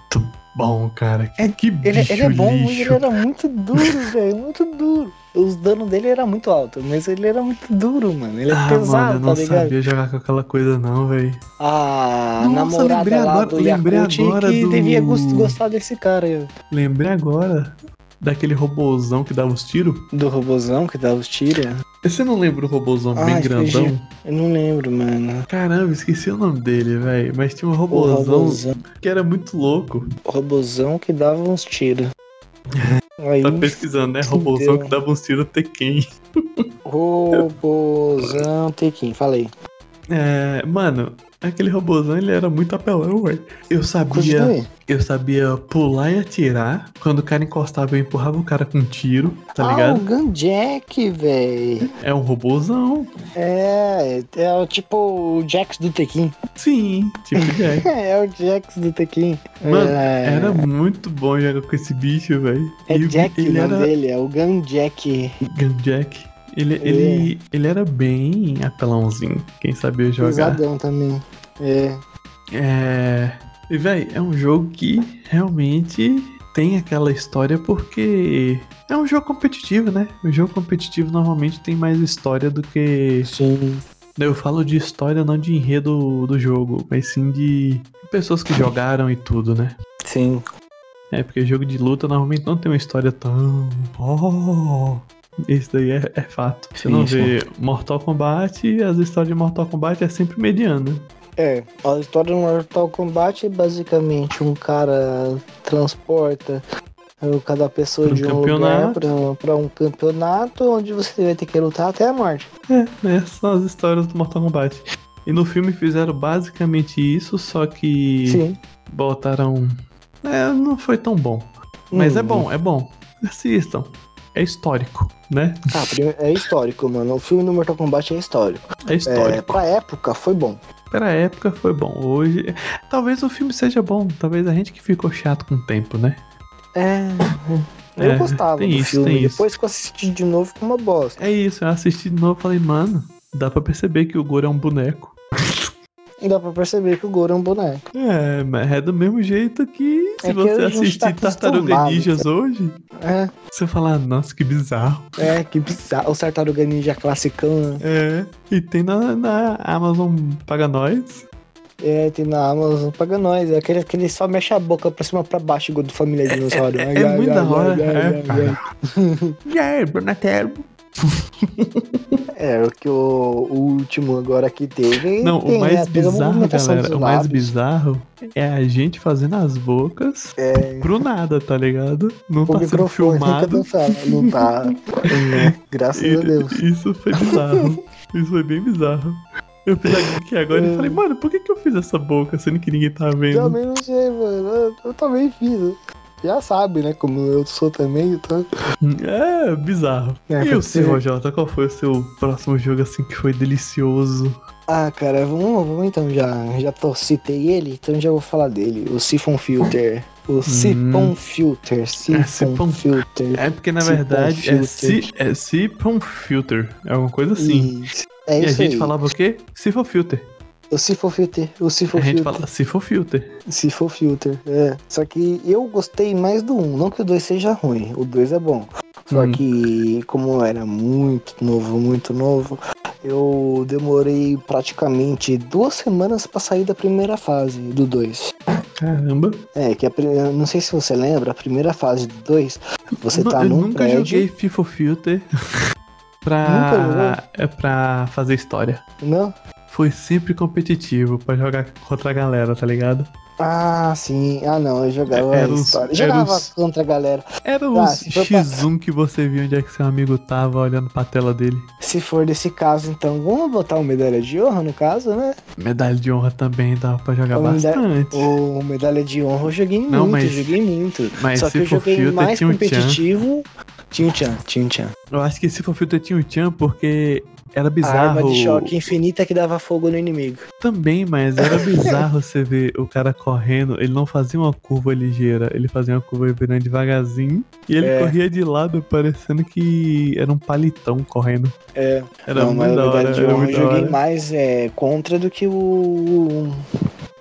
S1: bom, cara.
S2: É,
S1: que
S2: Ele,
S1: bicho
S2: ele é bom, mas
S1: lixo.
S2: ele era muito duro, (laughs) velho. Muito duro. Os danos dele eram muito altos, mas ele era muito duro, mano. Ele é
S1: Ah, mano,
S2: pesado,
S1: eu não
S2: tá ligado?
S1: sabia jogar com aquela coisa não, velho.
S2: A
S1: Nossa, lembrei
S2: namorada lá
S1: agora-
S2: do
S1: lembrei
S2: Yakut
S1: agora
S2: que
S1: do-
S2: devia gost- gostar desse cara, eu.
S1: Lembrei agora daquele robôzão que dava os tiros.
S2: Do robozão que dava os tiros?
S1: Você não lembra o robôzão
S2: Ah,
S1: bem
S2: fugiu.
S1: grandão?
S2: Eu não lembro, mano.
S1: Caramba, esqueci o nome dele, velho. Mas tinha um
S2: O
S1: robôzão
S2: robozão,
S1: que era muito louco.
S2: o robozão que dava uns
S1: (laughs)
S2: tiros. Aí, um
S1: Tá pesquisando, né? Robôzão
S2: Entendeu.
S1: que dava uns tiros Tekken.
S2: robozão Tekken, falei.
S1: É, mano, aquele robôzão ele era muito apelão, velho. Eu sabia,
S2: Continue.
S1: eu sabia pular e atirar. Quando o cara encostava, eu empurrava o cara com um tiro, tá
S2: ah, o
S1: ligado?
S2: Gunjack, velho.
S1: É um robôzão.
S2: É, é o tipo o Jax do Tekken. (laughs)
S1: Sim, tipo Jack.
S2: É o Jax do Tekken.
S1: Mano,
S2: é,
S1: Era muito bom jogar com esse bicho, velho.
S2: É Jack
S1: ele
S2: o nome É.
S1: era
S2: dele, é o Gunjack.
S1: Gunjack. Ele, ele, ele era bem apelãozinho, quem sabia jogar.
S2: Pesadão também. É.
S1: É. E, véi, é um jogo que realmente tem aquela história porque é um jogo competitivo, né? O jogo competitivo normalmente tem mais história do que.
S2: Sim.
S1: Eu falo de história, não de enredo do jogo, mas sim de pessoas que jogaram e tudo, né?
S2: Sim.
S1: É, porque jogo de luta normalmente não tem uma história tão. Oh! Isso daí é, é fato. Você não
S2: Sim,
S1: vê Mortal Kombat, as histórias de Mortal Kombat é sempre mediana.
S2: É, a história do Mortal Kombat é basicamente um cara transporta eh, cada pessoa
S1: Pra um
S2: de um lugar
S1: campeonato.
S2: pra- pra um campeonato onde você vai ter que lutar até a morte.
S1: É, né? São as histórias do Mortal Kombat. E no filme fizeram basicamente isso, só que
S2: Sim.
S1: botaram. É, não foi tão bom. Mas
S2: Hum,
S1: é bom, é bom. Assistam. É histórico, né?
S2: tá, prime- é histórico, mano. O filme do Mortal Kombat é histórico.
S1: É
S2: É,
S1: histórico.
S2: pra época foi bom.
S1: Pra época foi bom. Hoje. Talvez o filme seja bom. Talvez a gente que ficou chato com o tempo, né?
S2: É. Eu
S1: É,
S2: gostava do
S1: tem isso,
S2: filme.
S1: tem isso.
S2: Depois que eu assisti de novo, ficou uma bosta.
S1: É isso, eu assisti de novo e falei, mano, dá pra perceber que o Goro é um boneco.
S2: Dá pra perceber que o Goro é um boneco.
S1: É, mas é do mesmo jeito que se
S2: É que
S1: você
S2: a gente
S1: assistir
S2: tá
S1: Tartaruga
S2: acostumado,
S1: Ninjas hoje,
S2: É,
S1: você fala, nossa, que bizarro.
S2: é, que bizarro. O Tartaruga Ninja classicão, né?
S1: É, e tem na, na Amazon Paga Nós.
S2: É, tem na Amazon, paga nós. É aquele, aquele só mexe a boca pra cima pra baixo, igual do Família Dinossauro.
S1: é- é muito da hora,
S2: (laughs) É,
S1: E aí, Bernatello?
S2: é. É, o que o, o último agora que teve.
S1: Não,
S2: tem,
S1: o mais
S2: né, teve uma
S1: bizarro,
S2: movimentação
S1: galera, o
S2: dos
S1: mais
S2: lábios.
S1: bizarro é a gente fazendo as bocas
S2: É,
S1: pro nada, tá ligado? Não
S2: o
S1: tá sendo
S2: microfone (laughs) nunca
S1: filmado.
S2: dançava, não tá.
S1: (laughs)
S2: Graças a Deus.
S1: E- Isso foi bizarro. Isso foi bem bizarro. Eu fiz
S2: (laughs)
S1: aqui agora
S2: É.
S1: e falei, mano, por que, que eu fiz essa boca sendo que ninguém tá vendo?
S2: Também não sei, mano. Eu, eu também fiz. Já sabe, né? Como eu sou também, então.
S1: (laughs) É, bizarro.
S2: É,
S1: e o
S2: porque-
S1: seu, Jota, qual foi o seu próximo jogo assim que foi delicioso?
S2: Ah, cara, vamos, vamos então já. Já tô- citei ele, então já vou falar dele. O Siphon Filter. O Siphon Filter. Siphon,
S1: Hum. É, Siphon-
S2: Filter.
S1: É porque na
S2: Siphon
S1: verdade é,
S2: filter.
S1: si, é Sipon Filter, é alguma coisa assim.
S2: Isso. É
S1: E, a
S2: isso
S1: gente
S2: aí.
S1: falava o quê? Se for filter.
S2: O Siphon Filter. O Siphon
S1: a gente
S2: Filter.
S1: fala se for filter.
S2: Se for filter, é. Só que eu gostei mais do 1. Não que o 2 seja ruim, o 2 é bom. Só
S1: Hum.
S2: que, como eu era muito novo, muito novo, eu demorei praticamente duas semanas pra sair da primeira fase do 2.
S1: Caramba.
S2: É, que a, pri- eu não sei se você lembra, a primeira fase do 2, você
S1: Eu nu-
S2: tá
S1: eu
S2: num
S1: nunca
S2: prédio.
S1: joguei FIFA Filter (laughs)
S2: Nunca
S1: pra, é pra fazer história.
S2: Não?
S1: Foi sempre competitivo pra jogar contra a galera, tá ligado?
S2: Ah, sim. Ah, não, eu jogava
S1: É, Era os-
S2: história.
S1: era
S2: Jogava
S1: os-
S2: contra a galera.
S1: Era um
S2: Ah, se for pra-
S1: X1 que você via onde é que seu amigo tava olhando pra tela dele.
S2: Se for desse caso, então, vamos botar o medalha de honra no caso, né?
S1: Medalha de honra também dava pra jogar
S2: Ô, meda-
S1: bastante.
S2: O medalha de honra eu joguei
S1: Não,
S2: muito,
S1: mas-
S2: joguei muito.
S1: Mas
S2: Só que eu
S1: se for
S2: joguei
S1: filter
S2: mais
S1: tinha um tchan.
S2: competitivo. Tinha um Chan, tinha um Chan.
S1: Eu acho que se for filter tinha o Chan porque era
S2: A
S1: bizarro.
S2: arma de choque infinita que dava fogo no inimigo.
S1: Também, mas era bizarro você ver o cara correndo. Ele não fazia uma curva ligeira, ele fazia uma curva virando devagarzinho. E ele
S2: É.
S1: corria de lado, parecendo que era um palitão correndo.
S2: É,
S1: Era
S2: não, mas
S1: muito
S2: na
S1: da hora.
S2: verdade
S1: Era
S2: eu
S1: muito da
S2: joguei
S1: hora.
S2: mais é, contra do que o.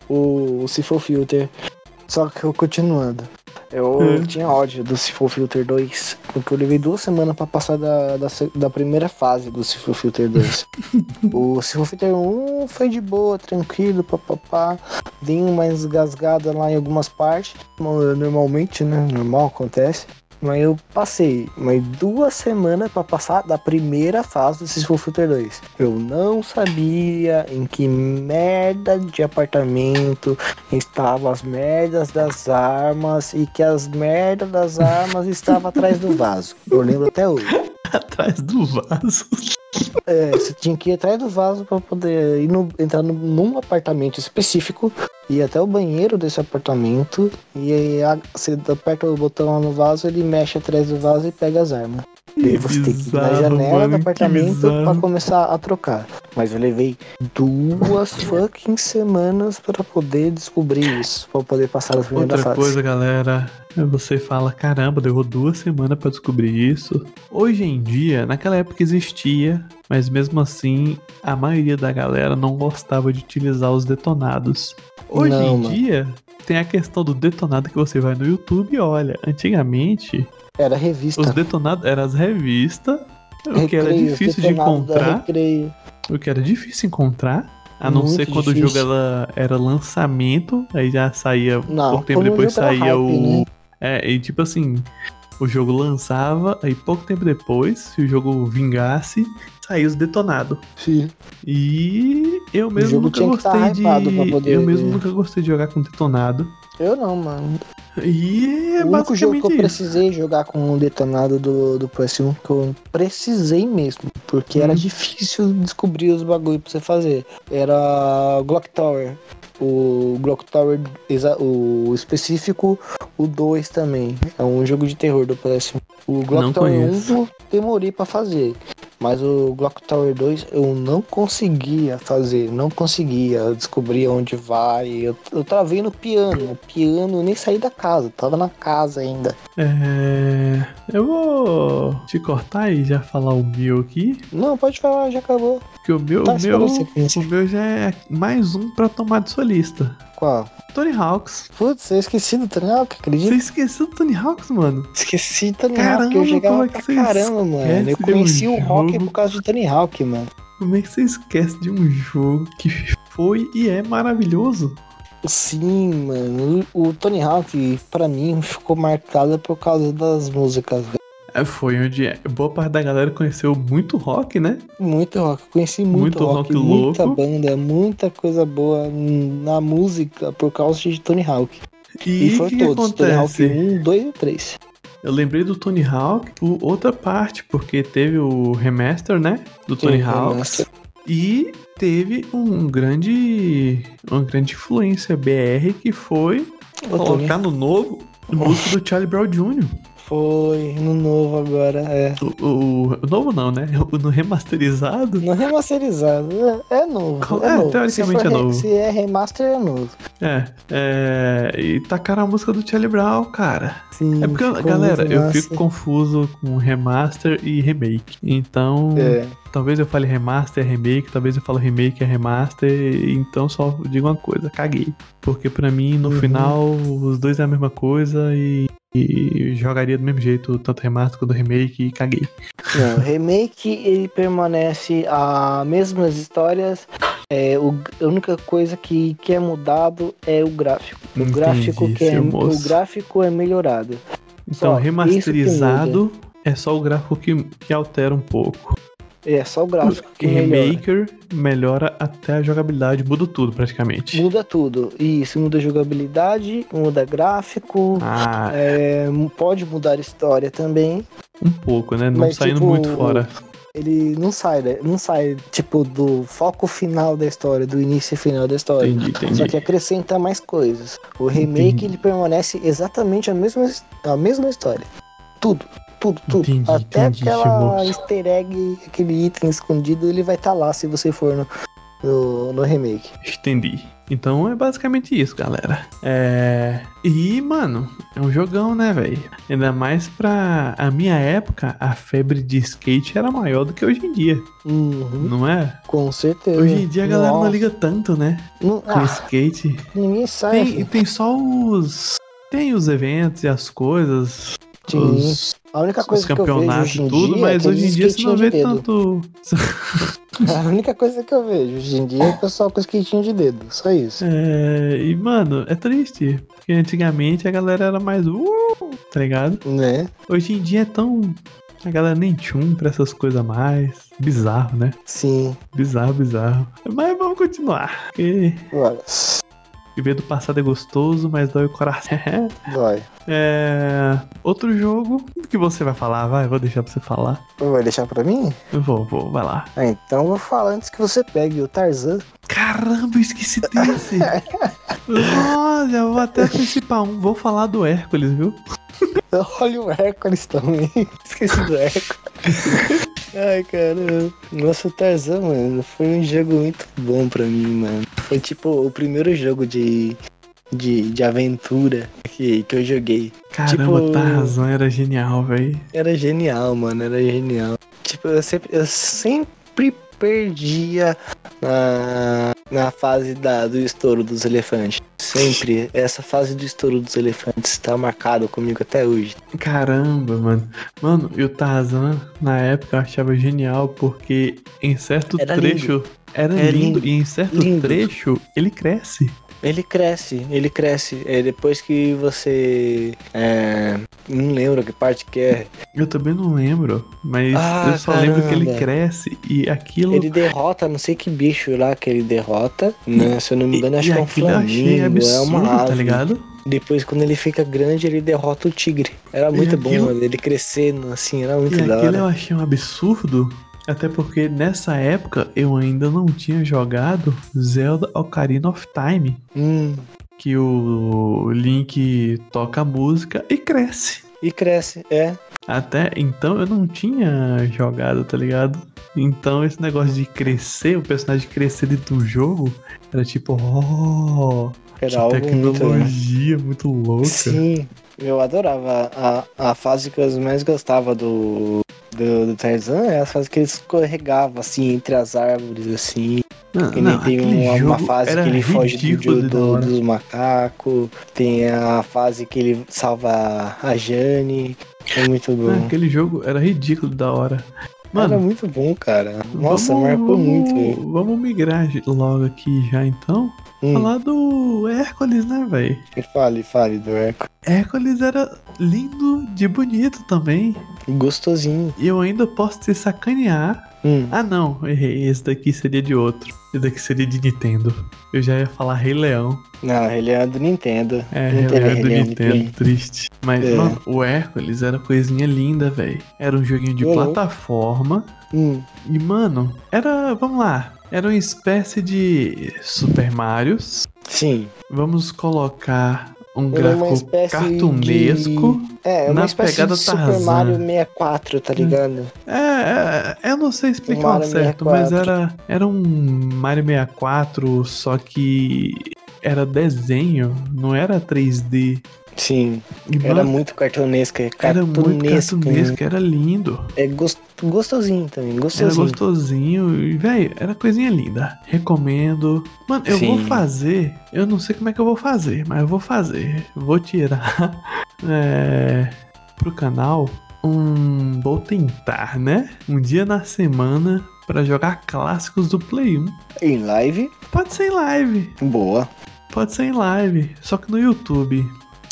S2: O, o Sifo Filter. Só que eu continuando.
S1: É.
S2: Eu tinha ódio do Sifo Filter 2, porque eu levei duas semanas pra passar da, da, se- da primeira fase do Sifo Filter 2. o Sifo Filter 1 foi de boa, tranquilo, papapá. Dei uma engasgada lá em algumas partes. Mo- Normalmente, né? Normal, acontece. Mas eu passei mas duas semanas pra passar da primeira fase do Sifo Filter 2. Eu não sabia em que merda de apartamento estavam as merdas das armas e que as merdas das armas estavam atrás do vaso. Eu lembro até hoje.
S1: (laughs) Atrás do vaso.
S2: É, você tinha que ir atrás do vaso pra poder ir no- entrar no- num apartamento específico, ir até o banheiro desse apartamento, e aí a- você aperta o botão lá no vaso, ele mexe atrás do vaso e pega as armas. E aí você tem que ir na
S1: bizarro,
S2: janela
S1: mano, que
S2: do apartamento pra
S1: bizarro.
S2: começar a trocar. Mas eu levei duas fucking semanas pra poder descobrir isso, pra poder passar a primeira
S1: Outra
S2: fase.
S1: coisa, galera, é você fala, caramba, levou duas semanas pra descobrir isso. Hoje em dia, naquela época existia, mas mesmo assim, a maioria da galera não gostava de utilizar os detonados. Hoje
S2: Não,
S1: em
S2: mano.
S1: dia, tem a questão do detonado que você vai no YouTube e olha. Antigamente,
S2: Era revista.
S1: os detonados eram as revistas, o que era
S2: Tá. Recreio,
S1: difícil de
S2: detonado da
S1: encontrar.
S2: Recreio.
S1: O que era difícil encontrar. A não
S2: Muito
S1: ser quando o
S2: difícil.
S1: jogo ela- era lançamento, aí já saía.
S2: Não,
S1: pouco tempo
S2: quando o
S1: depois
S2: jogo era
S1: saía
S2: hype,
S1: o.
S2: né?
S1: É, e tipo assim, o jogo lançava, aí pouco tempo depois, se o jogo vingasse, saía os detonados.
S2: Sim.
S1: E eu mesmo
S2: jogo
S1: nunca
S2: tinha que tá
S1: gostei
S2: hypado pra
S1: de.
S2: poder
S1: eu mesmo
S2: ver.
S1: nunca gostei de jogar com detonado.
S2: Eu não, mano.
S1: E é
S2: o único jogo que eu
S1: basicamente isso.
S2: precisei jogar com o detonado do, do PS1 que eu precisei mesmo, porque era
S1: Hum.
S2: difícil descobrir os bagulho pra você fazer. Era Glock Tower. O Glock Tower, exa- o específico, o 2 também. É um jogo de terror do PS1. O Glock
S1: Não
S2: Tower
S1: conheço.
S2: 1 eu demorei pra fazer. Mas o Glock Tower 2 eu não conseguia fazer, não conseguia descobrir onde vai. Eu, eu travei no piano, o piano eu nem saí da casa, eu tava na casa ainda.
S1: É. Eu vou te cortar e já falar o meu aqui.
S2: Não, pode falar, já acabou.
S1: Porque o meu.
S2: Tá,
S1: o
S2: espera
S1: meu...
S2: você
S1: O
S2: conhecer.
S1: meu já é mais um pra tomar de sua lista.
S2: Qual?
S1: Tony Hawks.
S2: Putz, eu esqueci do Tony Hawk,
S1: Você
S2: acredita?
S1: esqueceu do Tony Hawks, mano?
S2: Esqueci do Tony
S1: Caramba,
S2: Hawk, eu jogava
S1: como é que
S2: pra
S1: você
S2: caramba, mano. Eu
S1: esquece de um
S2: conheci o rock
S1: jogo?
S2: por causa do Tony Hawk, mano.
S1: Como é que você esquece de um jogo que foi e é maravilhoso?
S2: Sim, mano. O o Tony Hawk, pra mim, ficou marcado por causa das músicas, velho.
S1: É, Foi onde boa parte da galera conheceu muito rock, né?
S2: Muito rock, conheci muito,
S1: Muito rock
S2: rock, muita
S1: louco.
S2: banda, muita coisa boa na música por causa de Tony Hawk.
S1: E,
S2: E,
S1: o
S2: foi
S1: que, que
S2: todos, Tony Hawk
S1: acontece?
S2: 1, 2 e 3.
S1: Eu lembrei do Tony Hawk por outra parte, porque teve o remaster, né? Do Tony Hawks.
S2: remaster.
S1: E teve um grande. uma grande influência BR que foi
S2: Ô, Tony,
S1: colocar no novo música do Charlie Brown Jr.
S2: Foi, no novo agora, é.
S1: O, o- o novo não, né? (laughs) O no remasterizado?
S2: Não remasterizado, é, é novo.
S1: É,
S2: novo.
S1: teoricamente
S2: se for
S1: é
S2: re-
S1: novo.
S2: Se é remaster, é novo.
S1: É, é. E tacaram a música do Charlie Brown, cara.
S2: Sim,
S1: É porque,
S2: Hum, ficou
S1: galera,
S2: muito
S1: eu
S2: massa.
S1: fico confuso com remaster e remake. Então,
S2: É.
S1: talvez eu fale remaster, é remake, talvez eu falo remake é remaster. Então, só digo uma coisa, caguei. Porque pra mim, no
S2: Uhum.
S1: final, os dois é a mesma coisa e, e jogaria do mesmo jeito, tanto remaster quanto remake, e caguei.
S2: Não, remake ele permanece as mesmas histórias. É, o, a única coisa que, que é mudado é o gráfico. O
S1: Entendi,
S2: gráfico que é,
S1: seu moço.
S2: o gráfico é melhorado.
S1: Então,
S2: Só,
S1: remasterizado é só o gráfico que, que altera um pouco.
S2: É só o gráfico que
S1: E
S2: melhora.
S1: remaker melhora até a jogabilidade, muda tudo praticamente.
S2: Muda tudo. Isso muda a jogabilidade, muda gráfico.
S1: Ah,
S2: é, mu- pode mudar a história também.
S1: um pouco, né? Não
S2: Mas,
S1: saindo
S2: tipo,
S1: muito fora.
S2: Ele não sai, da- não sai tipo do foco final da história, do início e final da história.
S1: Entendi,
S2: Só
S1: entendi.
S2: que é acrescenta mais coisas. O remake
S1: Entendi.
S2: ele permanece exatamente a mesma, a mesma história. Tudo, tudo, tudo.
S1: Entendi,
S2: Até
S1: entendi,
S2: aquela
S1: Shimoto.
S2: easter egg, aquele item escondido, ele vai estar lá se você for no, no, no remake.
S1: Estendi. Então é basicamente isso, galera. É. E, mano, é um jogão, né, velho? Ainda mais pra. A minha época, a febre de skate era maior do que hoje em dia,
S2: Uhum,
S1: não é?
S2: com certeza.
S1: Hoje em dia a galera não
S2: Nossa.
S1: liga tanto, né?
S2: Não-
S1: Com
S2: ah, É.
S1: skate.
S2: ninguém sai.
S1: Tem, tem só os. Tem os eventos e as coisas.
S2: Sim.
S1: os-
S2: a única
S1: os
S2: coisa que eu vejo
S1: campeonatos
S2: hoje
S1: e
S2: em
S1: tudo,
S2: dia
S1: mas
S2: é
S1: hoje em dia você não vê tanto.
S2: (laughs)
S1: (laughs)
S2: A única coisa que eu vejo hoje em dia é o pessoal com skatinho de dedo. Só isso.
S1: É, e, mano, é triste. Porque antigamente a galera era mais. Uh, tá ligado?
S2: Né?
S1: Hoje em dia é tão. A galera nem tchum pra essas coisas a mais. Bizarro, né?
S2: Sim.
S1: Bizarro, bizarro. Mas vamos continuar. Porque
S2: Agora,
S1: viver do passado é gostoso, mas dói o coração. (laughs)
S2: dói.
S1: é. Outro jogo que você vai falar, vai, vou deixar pra você falar.
S2: Vai deixar pra mim?
S1: Eu vou, vou, vai lá.
S2: Ah, então eu vou falar antes que você pegue o Tarzan. (laughs)
S1: Caramba, eu esqueci desse. Nossa, já vou até antecipar um. Vou falar do Hércules, viu?
S2: Olha o Hércules também. (laughs) Esqueci do Hércules. (laughs) Ai, caramba. Nossa, o Tarzan, mano, foi um jogo muito bom pra mim, mano. Foi tipo o primeiro jogo de, de, de aventura que, que eu joguei.
S1: Caramba,
S2: Tipo-
S1: Tarzan era genial, velho.
S2: Era genial, mano, era genial. Tipo, eu sempre, eu sempre perdia na, na fase da, do estouro dos elefantes. Sempre. Essa fase do estouro dos elefantes tá marcada comigo até hoje.
S1: Caramba, mano. Mano, e o Tarzan, na época, eu achava genial, porque em certo
S2: Era
S1: trecho. Era
S2: É
S1: lindo,
S2: lindo.
S1: e em certo
S2: Lindo.
S1: trecho ele cresce.
S2: Ele cresce, ele cresce. É depois que você. É, não lembro que parte que é.
S1: Eu também não lembro, mas
S2: Ah,
S1: eu só lembro que ele
S2: caramba.
S1: cresce e aquilo.
S2: Ele derrota, não sei que bicho lá que ele derrota. Né? Se eu não me
S1: e,
S2: engano, acho
S1: e
S2: que é um
S1: aquilo eu achei
S2: flamingo, é
S1: absurdo,
S2: uma
S1: tá
S2: ave.
S1: ligado?
S2: Depois, quando ele fica grande, ele derrota o tigre. Era muito
S1: aquilo-
S2: bom, mano. Ele crescendo, assim, era muito
S1: E
S2: da
S1: aquilo
S2: hora.
S1: eu achei um absurdo, até porque nessa época eu ainda não tinha jogado Zelda Ocarina of Time,
S2: Hum,
S1: que o Link toca a música e cresce.
S2: e cresce, é.
S1: Até então eu não tinha jogado, tá ligado? Então esse negócio de crescer, o personagem crescer dentro do jogo, era tipo, oh, que
S2: Era algo muito. né?
S1: né? tecnologia muito louca.
S2: Sim, eu adorava. A, a fase que eu mais gostava do, do, do Tarzan é a fase que ele escorregava, assim, entre as árvores, assim.
S1: Não,
S2: Que
S1: não,
S2: nem tem
S1: aquele
S2: uma, uma
S1: jogo
S2: fase
S1: era
S2: que ele foge do,
S1: ridículo de
S2: do,
S1: da hora.
S2: dos macacos. Tem a fase que ele salva a Jane. É muito bom.
S1: Não, aquele jogo era ridículo da hora.
S2: Era
S1: Mano,
S2: é muito bom, cara. Nossa,
S1: vamos-
S2: marcou
S1: vamos-
S2: muito. velho.
S1: Vamos migrar logo aqui já então.
S2: Hum,
S1: Falar do Hércules, né, velho?
S2: fale, fale do Echo.
S1: Hércules era lindo de bonito também.
S2: Gostosinho.
S1: E eu ainda posso te sacanear.
S2: Hum.
S1: Ah, não, errei. Esse daqui seria de outro. Esse daqui seria de Nintendo. Eu já ia falar Rei Leão.
S2: Não, ele é do Nintendo.
S1: É,
S2: Não
S1: Rei
S2: teve
S1: Leão é do
S2: Rei Leão,
S1: Nintendo,
S2: Nintendo.
S1: triste. Mas,
S2: É.
S1: mano, o Hércules era coisinha linda, velho. Era um joguinho de
S2: Uhum.
S1: plataforma.
S2: Hum.
S1: E, mano, era. Vamos lá. Era uma espécie de Super Marios.
S2: Sim.
S1: Vamos colocar Um
S2: Ele é uma
S1: gráfico
S2: espécie
S1: cartunesco.
S2: É, é uma
S1: Na
S2: espécie
S1: pegada tá Hum.
S2: de Super
S1: Tarzan.
S2: Mario 64, tá ligado?
S1: É, é, eu não sei explicar
S2: Mario
S1: ao certo,
S2: 64.
S1: mas era, era um Mario 64, só que era desenho, não era 3D.
S2: Sim,
S1: E,
S2: era
S1: mano,
S2: muito cartunesca. é
S1: era muito
S2: cartunesco,
S1: cartunesco, era lindo.
S2: É gos- gostosinho também,
S1: Era
S2: gostosinho.
S1: gostosinho e, velho, era coisinha linda. Recomendo. Mano, eu vou
S2: Sim.
S1: fazer. Eu não sei como é que eu vou fazer, mas eu vou fazer. Vou tirar (laughs) é, pro canal um. Vou tentar, né? Um dia na semana pra jogar clássicos do Play 1.
S2: Em live,
S1: Pode ser em live.
S2: boa.
S1: Pode ser em live. Só que no YouTube,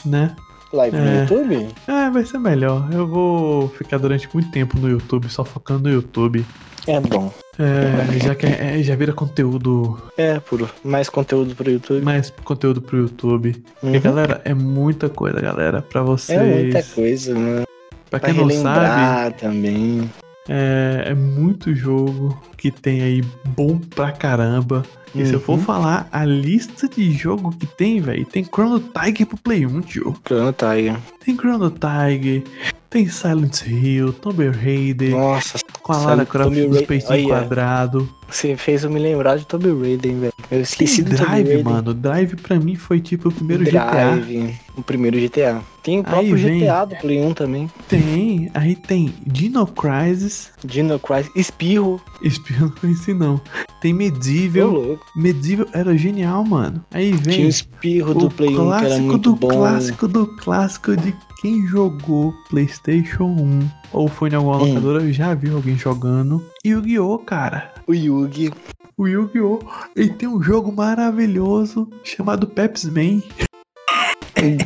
S1: né?
S2: Live no
S1: É.
S2: YouTube?
S1: É, vai ser melhor. Eu vou ficar durante muito tempo no YouTube, só focando no YouTube.
S2: É bom.
S1: É, já que é- já vira conteúdo
S2: É, puro. Mais conteúdo pro YouTube.
S1: mais conteúdo pro YouTube.
S2: Uhum.
S1: E, galera, é muita coisa, galera, pra vocês.
S2: É muita coisa, né?
S1: Pra
S2: Pra
S1: quem não sabe,
S2: relembrar também.
S1: é, é muito jogo que tem aí bom pra caramba. E se eu for
S2: Uhum.
S1: falar a lista de jogo que tem, velho, tem Chrono Tiger pro Play 1, tio.
S2: Chrono Tiger.
S1: Tem Chrono Tiger, tem Silent Hill, Tomb Raider,
S2: Nossa,
S1: com a
S2: Silent-
S1: Lara Croft
S2: Tomb
S1: dos
S2: Ra-
S1: peitinhos
S2: Olha.
S1: quadrados.
S2: você fez eu me lembrar de Tomb Raider, velho. Eu
S1: Tem
S2: esqueci do Tomb
S1: Drive,
S2: Raider.
S1: mano. Drive pra mim foi tipo o primeiro GTA.
S2: Drive, o primeiro GTA. Tem o próprio
S1: vem.
S2: GTA do Play 1 também.
S1: Tem, aí tem Dino Crisis,
S2: Dino Crisis, Espirro,
S1: Espírito (laughs) eu não conheci não. Tem
S2: meu
S1: Medieval,
S2: louco.
S1: Medieval era genial, mano. Aí
S2: Tinha o
S1: vem
S2: Espirro
S1: o
S2: do Play 1 que era
S1: clássico
S2: muito
S1: do
S2: bom. né?
S1: clássico do clássico de quem jogou PlayStation 1 ou foi em alguma
S2: Hum.
S1: locadora eu já vi alguém jogando. E o Yu-Gi-Oh, cara.
S2: O Yugi.
S1: O Yu-Gi-Oh, ele tem um jogo maravilhoso chamado Pepsi Man.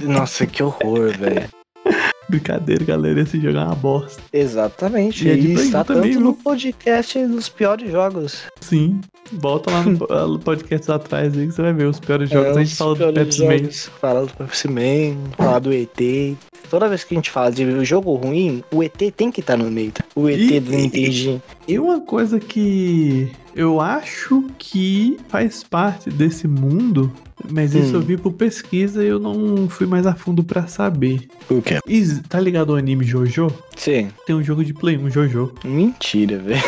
S2: Nossa, que horror, velho.
S1: (laughs) Brincadeira, galera, esse jogo é uma bosta.
S2: Exatamente.
S1: E é de
S2: E
S1: Play
S2: está
S1: 1 também,
S2: tanto
S1: viu?
S2: no podcast dos piores jogos.
S1: Sim. Volta lá
S2: (laughs)
S1: no po- podcast lá atrás aí que você vai ver os piores jogos.
S2: É,
S1: a
S2: os
S1: gente fala do
S2: piores
S1: Pepsi Man.
S2: jogos. Fala do Pepsi Man, fala do ET. Toda vez que a gente fala de jogo ruim, o ET tem que estar no meio. tá? O ET
S1: Ih,
S2: do Nintendinho.
S1: E uma coisa que eu acho que faz parte desse mundo, mas isso
S2: Hum.
S1: eu vi por pesquisa e eu não fui mais a fundo pra saber.
S2: O quê?
S1: Is- tá ligado ao anime Jojo?
S2: Sim.
S1: Tem um jogo de Play 1 Jojo.
S2: Mentira, velho.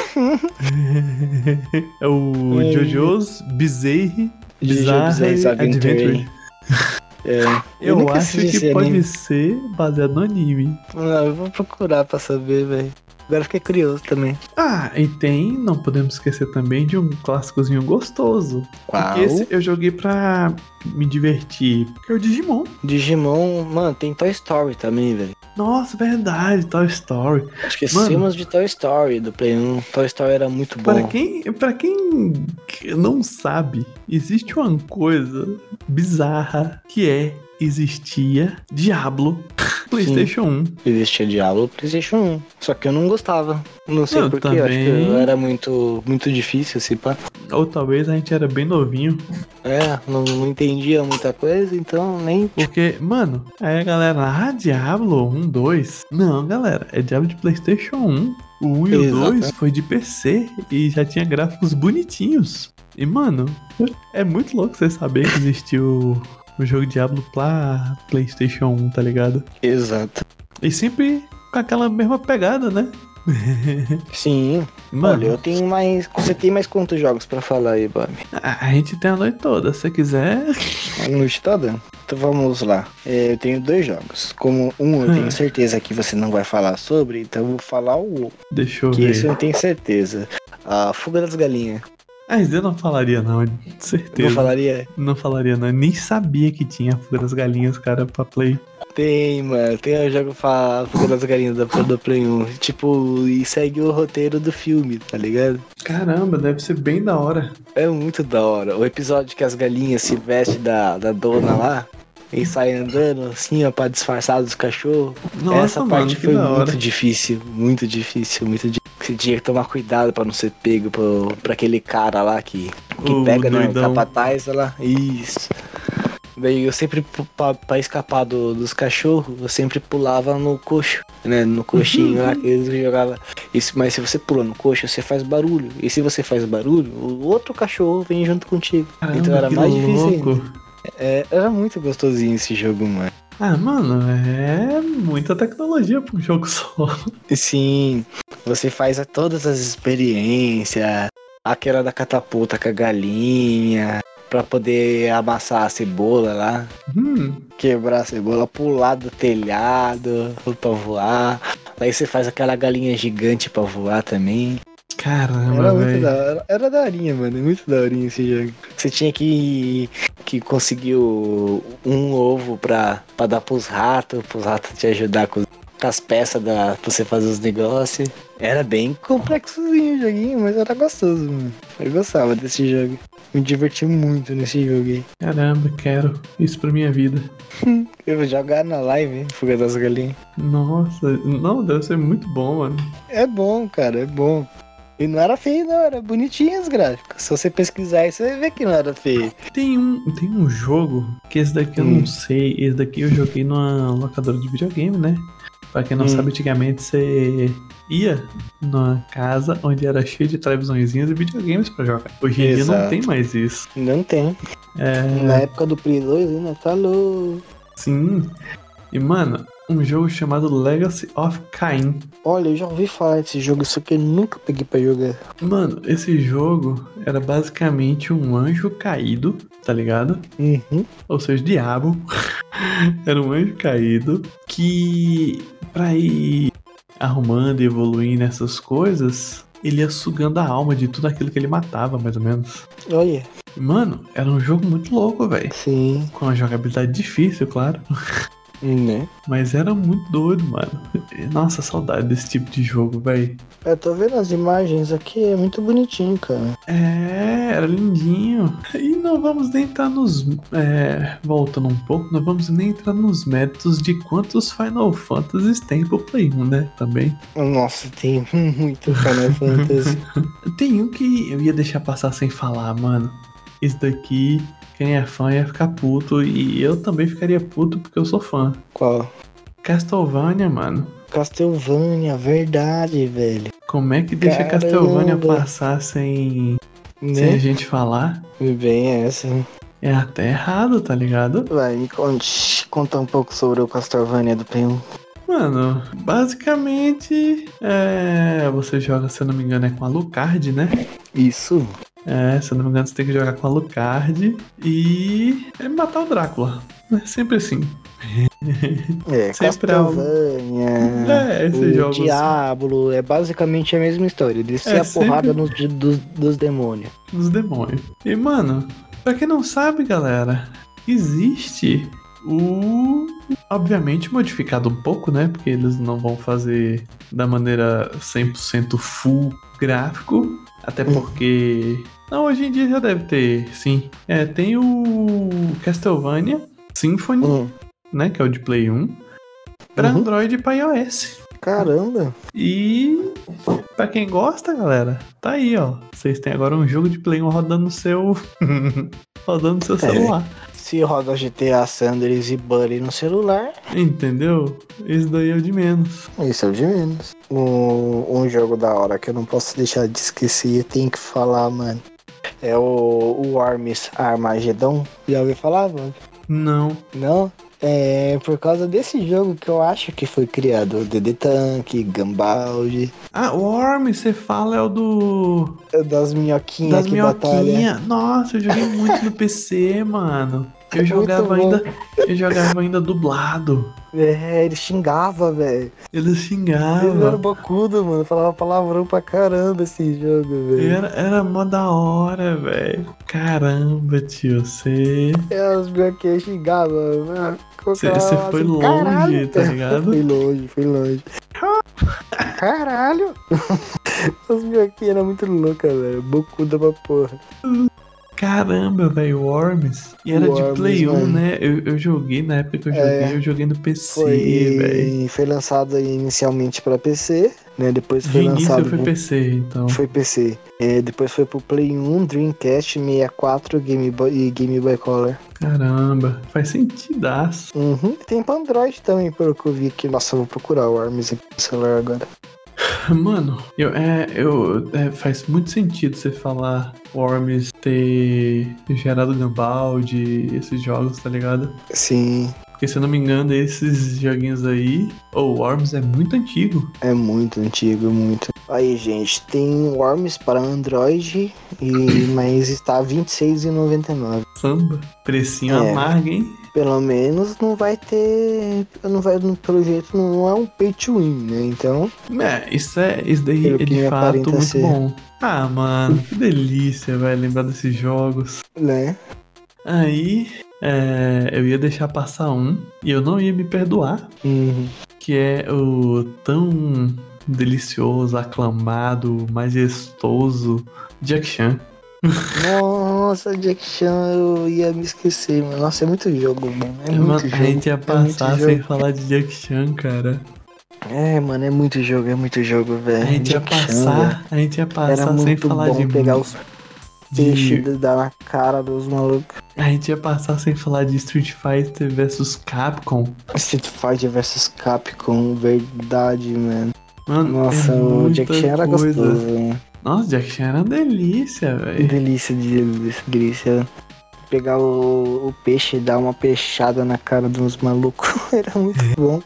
S1: é o
S2: Hum.
S1: Jojo's Bizarre,
S2: Jojo Bizarre
S1: Bizarre Adventure.
S2: É. Eu
S1: Eu,
S2: nunca
S1: acho
S2: assisti esse
S1: que pode
S2: anime.
S1: ser baseado no anime.
S2: Ah, eu vou procurar pra saber, velho. Agora fiquei curioso também.
S1: Ah, e tem, não podemos esquecer também de um clássicozinho gostoso. Porque esse eu joguei pra me divertir. Que é o Digimon.
S2: Digimon, mano, tem Toy Story também, velho.
S1: Nossa, verdade, Toy Story.
S2: Esquecemos de Toy Story do Play 1. Toy Story era muito bom.
S1: Para quem, para quem que não sabe, existe uma coisa bizarra que é existia Diablo (laughs) PlayStation 1.
S2: Existia Diablo no PlayStation 1. Só que eu não gostava. Não sei
S1: Eu
S2: porquê, eu acho que eu
S1: também.
S2: era muito, muito difícil, assim, pá.
S1: Ou talvez a gente era bem novinho,
S2: É, não, não entendia muita coisa, então nem.
S1: porque, mano, aí a galera, ah, Diablo 1, 2. Não, galera, é Diablo de PlayStation 1. O 1 e o
S2: Exato.
S1: 2 foi de PC e já tinha gráficos bonitinhos. E, mano, é muito louco você saber que existiu o jogo Diablo pra PlayStation 1, tá ligado?
S2: Exato.
S1: E sempre com aquela mesma pegada, né?
S2: Sim.
S1: Mano,
S2: Olha, eu tenho mais. Você tem mais quantos jogos pra falar aí, Bob?
S1: a, a gente tem a noite toda. Se você quiser, (laughs)
S2: No Estadão. Então vamos lá. É, eu tenho dois jogos. Como um eu
S1: Hum.
S2: tenho certeza que você não vai falar sobre, então eu vou falar o outro.
S1: deixa eu
S2: Que
S1: ver.
S2: esse eu não tenho certeza. A Fuga das Galinhas.
S1: Ah, isso eu não falaria, não,
S2: Eu
S1: certeza.
S2: falaria.
S1: Não falaria, não. Eu nem sabia que tinha a Fuga das Galinhas, cara, pra play.
S2: Tem, mano. Tem o jogo pra Fuga das Galinhas da, do Play 1. Tipo, e segue o roteiro do filme, tá ligado?
S1: Caramba, deve ser bem da hora.
S2: É muito da hora. O episódio que as galinhas se vestem da, da dona lá. E saem andando assim, ó, pra disfarçar dos cachorros.
S1: Nossa,
S2: Essa
S1: mano,
S2: parte
S1: que
S2: foi
S1: da
S2: muito
S1: hora.
S2: difícil, muito difícil, muito difícil. Você tinha que tomar cuidado pra não ser pego pro, pra aquele cara lá que, que
S1: O
S2: pega, né? O
S1: doidão.
S2: capataz olha lá. Isso. Daí eu sempre, pu- pra, pra escapar do- dos cachorros, eu sempre pulava no coxo, né? No coxinho lá que eles jogavam. Isso, mas se você pula no coxo, você faz barulho. E se você faz barulho, o outro cachorro vem junto contigo.
S1: Caramba,
S2: então era
S1: que
S2: mais difícil ainda.
S1: louco.
S2: É, era muito gostosinho esse jogo, mano.
S1: Ah, mano, é muita tecnologia pra um jogo só. (laughs)
S2: E Sim, você faz a- todas as experiências, aquela da catapulta com a galinha, pra poder amassar a cebola lá,
S1: Hum,
S2: quebrar a cebola, pular do telhado pra voar. Daí você faz aquela galinha gigante pra voar também. Era
S1: caramba,
S2: muito da
S1: velho.
S2: hora. Era daorinha, mano. Muito daorinha esse jogo. Você tinha que, que conseguir o- um ovo pra, pra dar pros ratos, pros ratos te ajudar com, com as peças da, pra você fazer os negócios. Era bem complexozinho o joguinho, mas era gostoso, mano. Eu gostava desse jogo. Me diverti muito nesse jogo aí.
S1: Caramba, quero isso pra minha vida.
S2: Eu vou jogar na live, hein? Fuga das Galinhas.
S1: Nossa, não, deve ser muito bom, mano.
S2: É bom, cara, é bom. E não era feio, não, era bonitinho os gráficos. Se você pesquisar aí, você vai ver que não era feio.
S1: Tem um, tem um jogo que esse daqui eu
S2: Hum.
S1: não sei. Esse daqui eu joguei numa locadora de videogame, né? Pra quem não
S2: Hum.
S1: sabe, antigamente você ia numa casa onde era cheio de televisõezinhas e videogames pra jogar. Hoje em dia não
S2: Exato. Né?
S1: tem mais isso.
S2: Não tem.
S1: É,
S2: Na época do Play 2 ainda falou.
S1: sim. E, mano, um jogo chamado Legacy of Kain.
S2: Olha, eu já ouvi falar desse jogo, só que eu nunca peguei pra jogar.
S1: Mano, esse jogo era basicamente um anjo caído, tá ligado?
S2: Uhum.
S1: ou seja, o diabo, (laughs) era um anjo caído que, pra ir arrumando e evoluindo essas coisas, ele ia sugando a alma de tudo aquilo que ele matava, mais ou menos.
S2: Olha.
S1: Mano, era um jogo muito louco, velho.
S2: Sim.
S1: Com uma jogabilidade difícil, claro.
S2: Né?
S1: Mas era muito doido, mano. Nossa, saudade desse tipo de jogo, velho.
S2: Eu tô vendo as imagens aqui, é muito bonitinho, cara.
S1: É, era lindinho. E não vamos nem entrar nos. é, voltando um pouco, não vamos nem entrar nos méritos de quantos Final Fantasies tem pro Play 1, né? Também.
S2: Nossa, tem (laughs) muito (laughs) Final Fantasy.
S1: Tem um que eu ia deixar passar sem falar, mano. Esse daqui, quem é fã ia ficar puto. E eu também ficaria puto porque eu sou fã.
S2: Qual?
S1: Castlevania, mano.
S2: Castlevania, verdade, velho.
S1: Como é que deixa
S2: Caramba.
S1: Castlevania passar sem, sem a
S2: Né?
S1: gente falar?
S2: Bem essa.
S1: É até errado, tá ligado?
S2: Vai, me conte, conta um pouco sobre o Castlevania do Play 1.
S1: Mano, basicamente, é, você joga, se eu não me engano, é com a Lucard, né?
S2: Isso.
S1: É, se eu não me engano, você tem que jogar com a Lucard e é matar o Drácula. É sempre assim.
S2: É,
S1: Sempre algo.
S2: Castlevania.
S1: um- É, esses
S2: o
S1: jogos.
S2: Diablo é basicamente a mesma história. Descer
S1: É,
S2: a porrada nos de- dos, dos demônios.
S1: dos demônios. E, mano, pra quem não sabe, galera, existe o. Obviamente modificado um pouco, né? Porque eles não vão fazer da maneira 100% full gráfico. Até
S2: Hum.
S1: porque. Não, hoje em dia já deve ter, sim. É, tem o Castlevania Symphony,
S2: Hum,
S1: né? Que é o de Play 1. Pra
S2: Uhum.
S1: Android e pra iOS.
S2: Caramba!
S1: E pra quem gosta, galera, tá aí, ó. Vocês têm agora um jogo de Play 1 rodando no seu. (laughs) rodando no seu
S2: É.
S1: celular.
S2: Se roda GTA Sanders e Bully no celular,
S1: Entendeu? Isso daí é o de menos.
S2: isso é o de menos. Um, um jogo da hora que eu não posso deixar de esquecer, eu tenho que falar, mano. É o, o Arms Armageddon. Já ouviu falar, mano?
S1: Não.
S2: Não? É por causa desse jogo que eu acho que foi criado o DD Tank, Gambaldi,
S1: Ah, o Orm, você fala é o do.
S2: das minhoquinhas
S1: das
S2: é que batalha.
S1: minhoquinhas. Nossa, eu joguei muito no PC, mano. Eu
S2: (laughs) Muito
S1: jogava
S2: bom.
S1: ainda. Eu jogava ainda dublado.
S2: É, ele xingava, velho.
S1: Eles
S2: Ele era
S1: xingavam.
S2: bocudo, mano. Falava palavrão pra caramba esse jogo, velho.
S1: Era, era mó da hora, velho. Caramba, tio, você.
S2: É, os bloqueios xingavam, mano.
S1: Você foi longe, tá ligado?
S2: Foi longe, foi longe. (laughs) Caralho! Os bloqueios eram muito loucas, velho. Bocuda pra porra.
S1: Caramba, velho, Worms. E era de
S2: Worms,
S1: Play 1,
S2: mano.
S1: né? Eu, eu joguei na época que eu joguei,
S2: É.
S1: eu joguei no PC, velho.
S2: Foi, foi lançado aí inicialmente pra PC, né? Depois
S1: De
S2: foi
S1: início
S2: lançado.
S1: foi
S2: pro-
S1: PC, então.
S2: Foi PC. É, depois foi pro Play 1, Dreamcast, 64 Game Boy, e Game Boy Color.
S1: Caramba, faz sentidaço. (laughs)
S2: Uhum. Tem pra Android também, pelo que eu vi aqui. Nossa, eu vou procurar o Arms aqui no celular agora.
S1: Mano, eu, é, eu, é, faz muito sentido você falar Worms ter gerado Gunbound, esses jogos, tá ligado?
S2: Sim,
S1: Porque se eu não me engano, esses joguinhos aí. Ou Worms é muito antigo.
S2: é muito antigo, muito. Aí, gente, tem Worms para Android, e, (coughs) mas está R$26,99.
S1: Samba. Precinho
S2: É.
S1: amargo, hein?
S2: Pelo menos não vai ter. Não vai, não- pelo jeito, não é um pay to win, né? Então,
S1: É, isso é. Isso daí
S2: Pelo
S1: é
S2: que
S1: de
S2: me
S1: fato
S2: aparenta
S1: muito
S2: ser.
S1: bom. Ah, mano, que delícia, velho, lembrar desses jogos.
S2: né?
S1: Aí. é, eu ia deixar passar um e eu não ia me perdoar,
S2: Uhum.
S1: que é o tão delicioso, aclamado, majestoso Jack Chan.
S2: Nossa, Jack Chan, eu ia me esquecer, mano. Nossa, é muito jogo, mano. É
S1: Mano,
S2: muito
S1: a
S2: jogo.
S1: gente ia
S2: muito
S1: passar
S2: jogo.
S1: sem falar de Jack Chan, cara.
S2: É, mano, é muito jogo, é muito jogo, velho.
S1: A gente ia
S2: Jack Chan, velho.
S1: passar, a gente ia
S2: Era
S1: passar sem
S2: muito
S1: falar
S2: bom
S1: de,
S2: pegar os peixes
S1: de
S2: e dar na cara dos malucos.
S1: a gente ia passar sem falar de Street Fighter versus Capcom.
S2: Street Fighter vs Capcom, verdade, mano.
S1: Mano,
S2: Nossa,
S1: é
S2: o
S1: muita
S2: Jack Chan era
S1: coisa. É.
S2: gostoso, né?
S1: Nossa, Jack Chan era uma delícia, velho.
S2: Delícia, delícia, delícia. Pegar o, o peixe e dar uma peixada na cara dos malucos (laughs) era muito
S1: É.
S2: bom.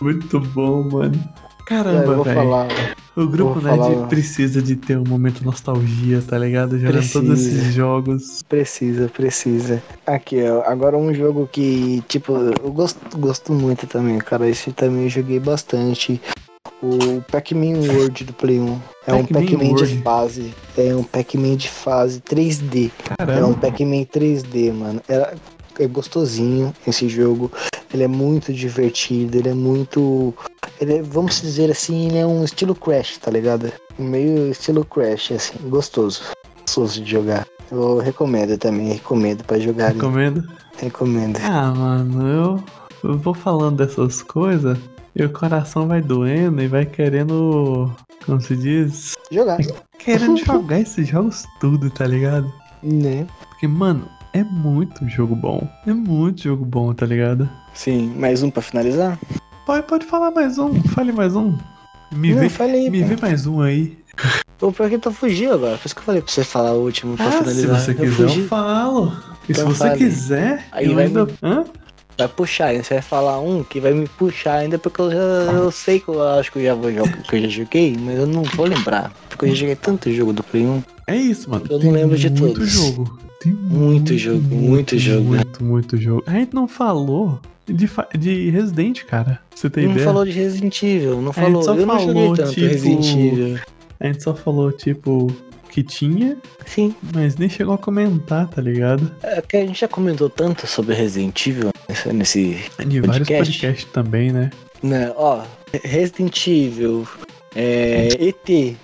S1: Muito bom, mano.
S2: Cara, É, eu
S1: Caramba,
S2: vou
S1: velho.
S2: falar.
S1: O grupo
S2: vou
S1: Nerd
S2: falar-
S1: precisa de ter um momento nostalgia, tá ligado? Jogando
S2: Precisa.
S1: todos esses jogos.
S2: Precisa, precisa. Aqui, ó. Agora um jogo que, tipo, eu gosto, gosto muito também, cara. Esse também eu joguei bastante. O Pac-Man World do Play 1. É um
S1: Pac-Man
S2: Pac-Man
S1: World.
S2: de fase. É um Pac-Man de fase 3D. É um
S1: Caramba.
S2: Pac-Man 3D, mano. Era, é gostosinho esse jogo. Ele é muito divertido, ele é muito. Ele é, vamos dizer assim, ele é um estilo Crash, tá ligado? Meio estilo Crash, assim, gostoso. Gostoso de jogar. Eu recomendo também, recomendo pra jogar.
S1: Recomendo.
S2: Recomendo.
S1: tá Ah, mano, eu, eu vou falando dessas coisas e o coração vai doendo e vai querendo. Como se diz?
S2: Jogar, (laughs)
S1: Querendo jogar esses jogos tudo, tá ligado?
S2: né?
S1: Porque, mano, é muito jogo bom. É muito jogo bom, tá ligado?
S2: Sim, mais um pra finalizar?
S1: Pode, pode falar mais um, fale mais um. Me,
S2: Não,
S1: vê,
S2: falei.
S1: me vê mais um aí.
S2: O pior é que tu fugiu agora. Por isso que eu falei pra você falar o último pra
S1: Ah, se
S2: finalizar.
S1: você
S2: Eu
S1: quiser,
S2: fugi.
S1: eu falo. E
S2: Então
S1: se você
S2: fale.
S1: quiser,
S2: Aí
S1: eu
S2: vai
S1: ainda. Hã?
S2: Vai puxar, ainda você vai falar um que vai me puxar ainda porque eu já eu sei que eu acho que eu já vou jogar, que eu já joguei, mas eu não vou lembrar. Porque eu já joguei tanto jogo do Play 1.
S1: É isso, mano.
S2: Eu não
S1: Tem
S2: lembro de
S1: muito
S2: todos.
S1: Jogo. Tem muito,
S2: jogo, muito jogo.
S1: Muito, muito jogo. A gente não falou de, fa- de Resident, cara. Pra você ter
S2: Não
S1: ideia?
S2: falou de Resident Evil, não falou.
S1: só
S2: eu não
S1: falou,
S2: joguei tanto
S1: tipo,
S2: Resident Evil.
S1: A gente só falou, tipo, que tinha,
S2: Sim,
S1: mas nem chegou a comentar, tá ligado?
S2: é que a gente já comentou tanto sobre Resident Evil nesse- nesse.
S1: De vários
S2: Podcast.
S1: podcasts também, né?
S2: Né, ó, Resident Evil, é, ET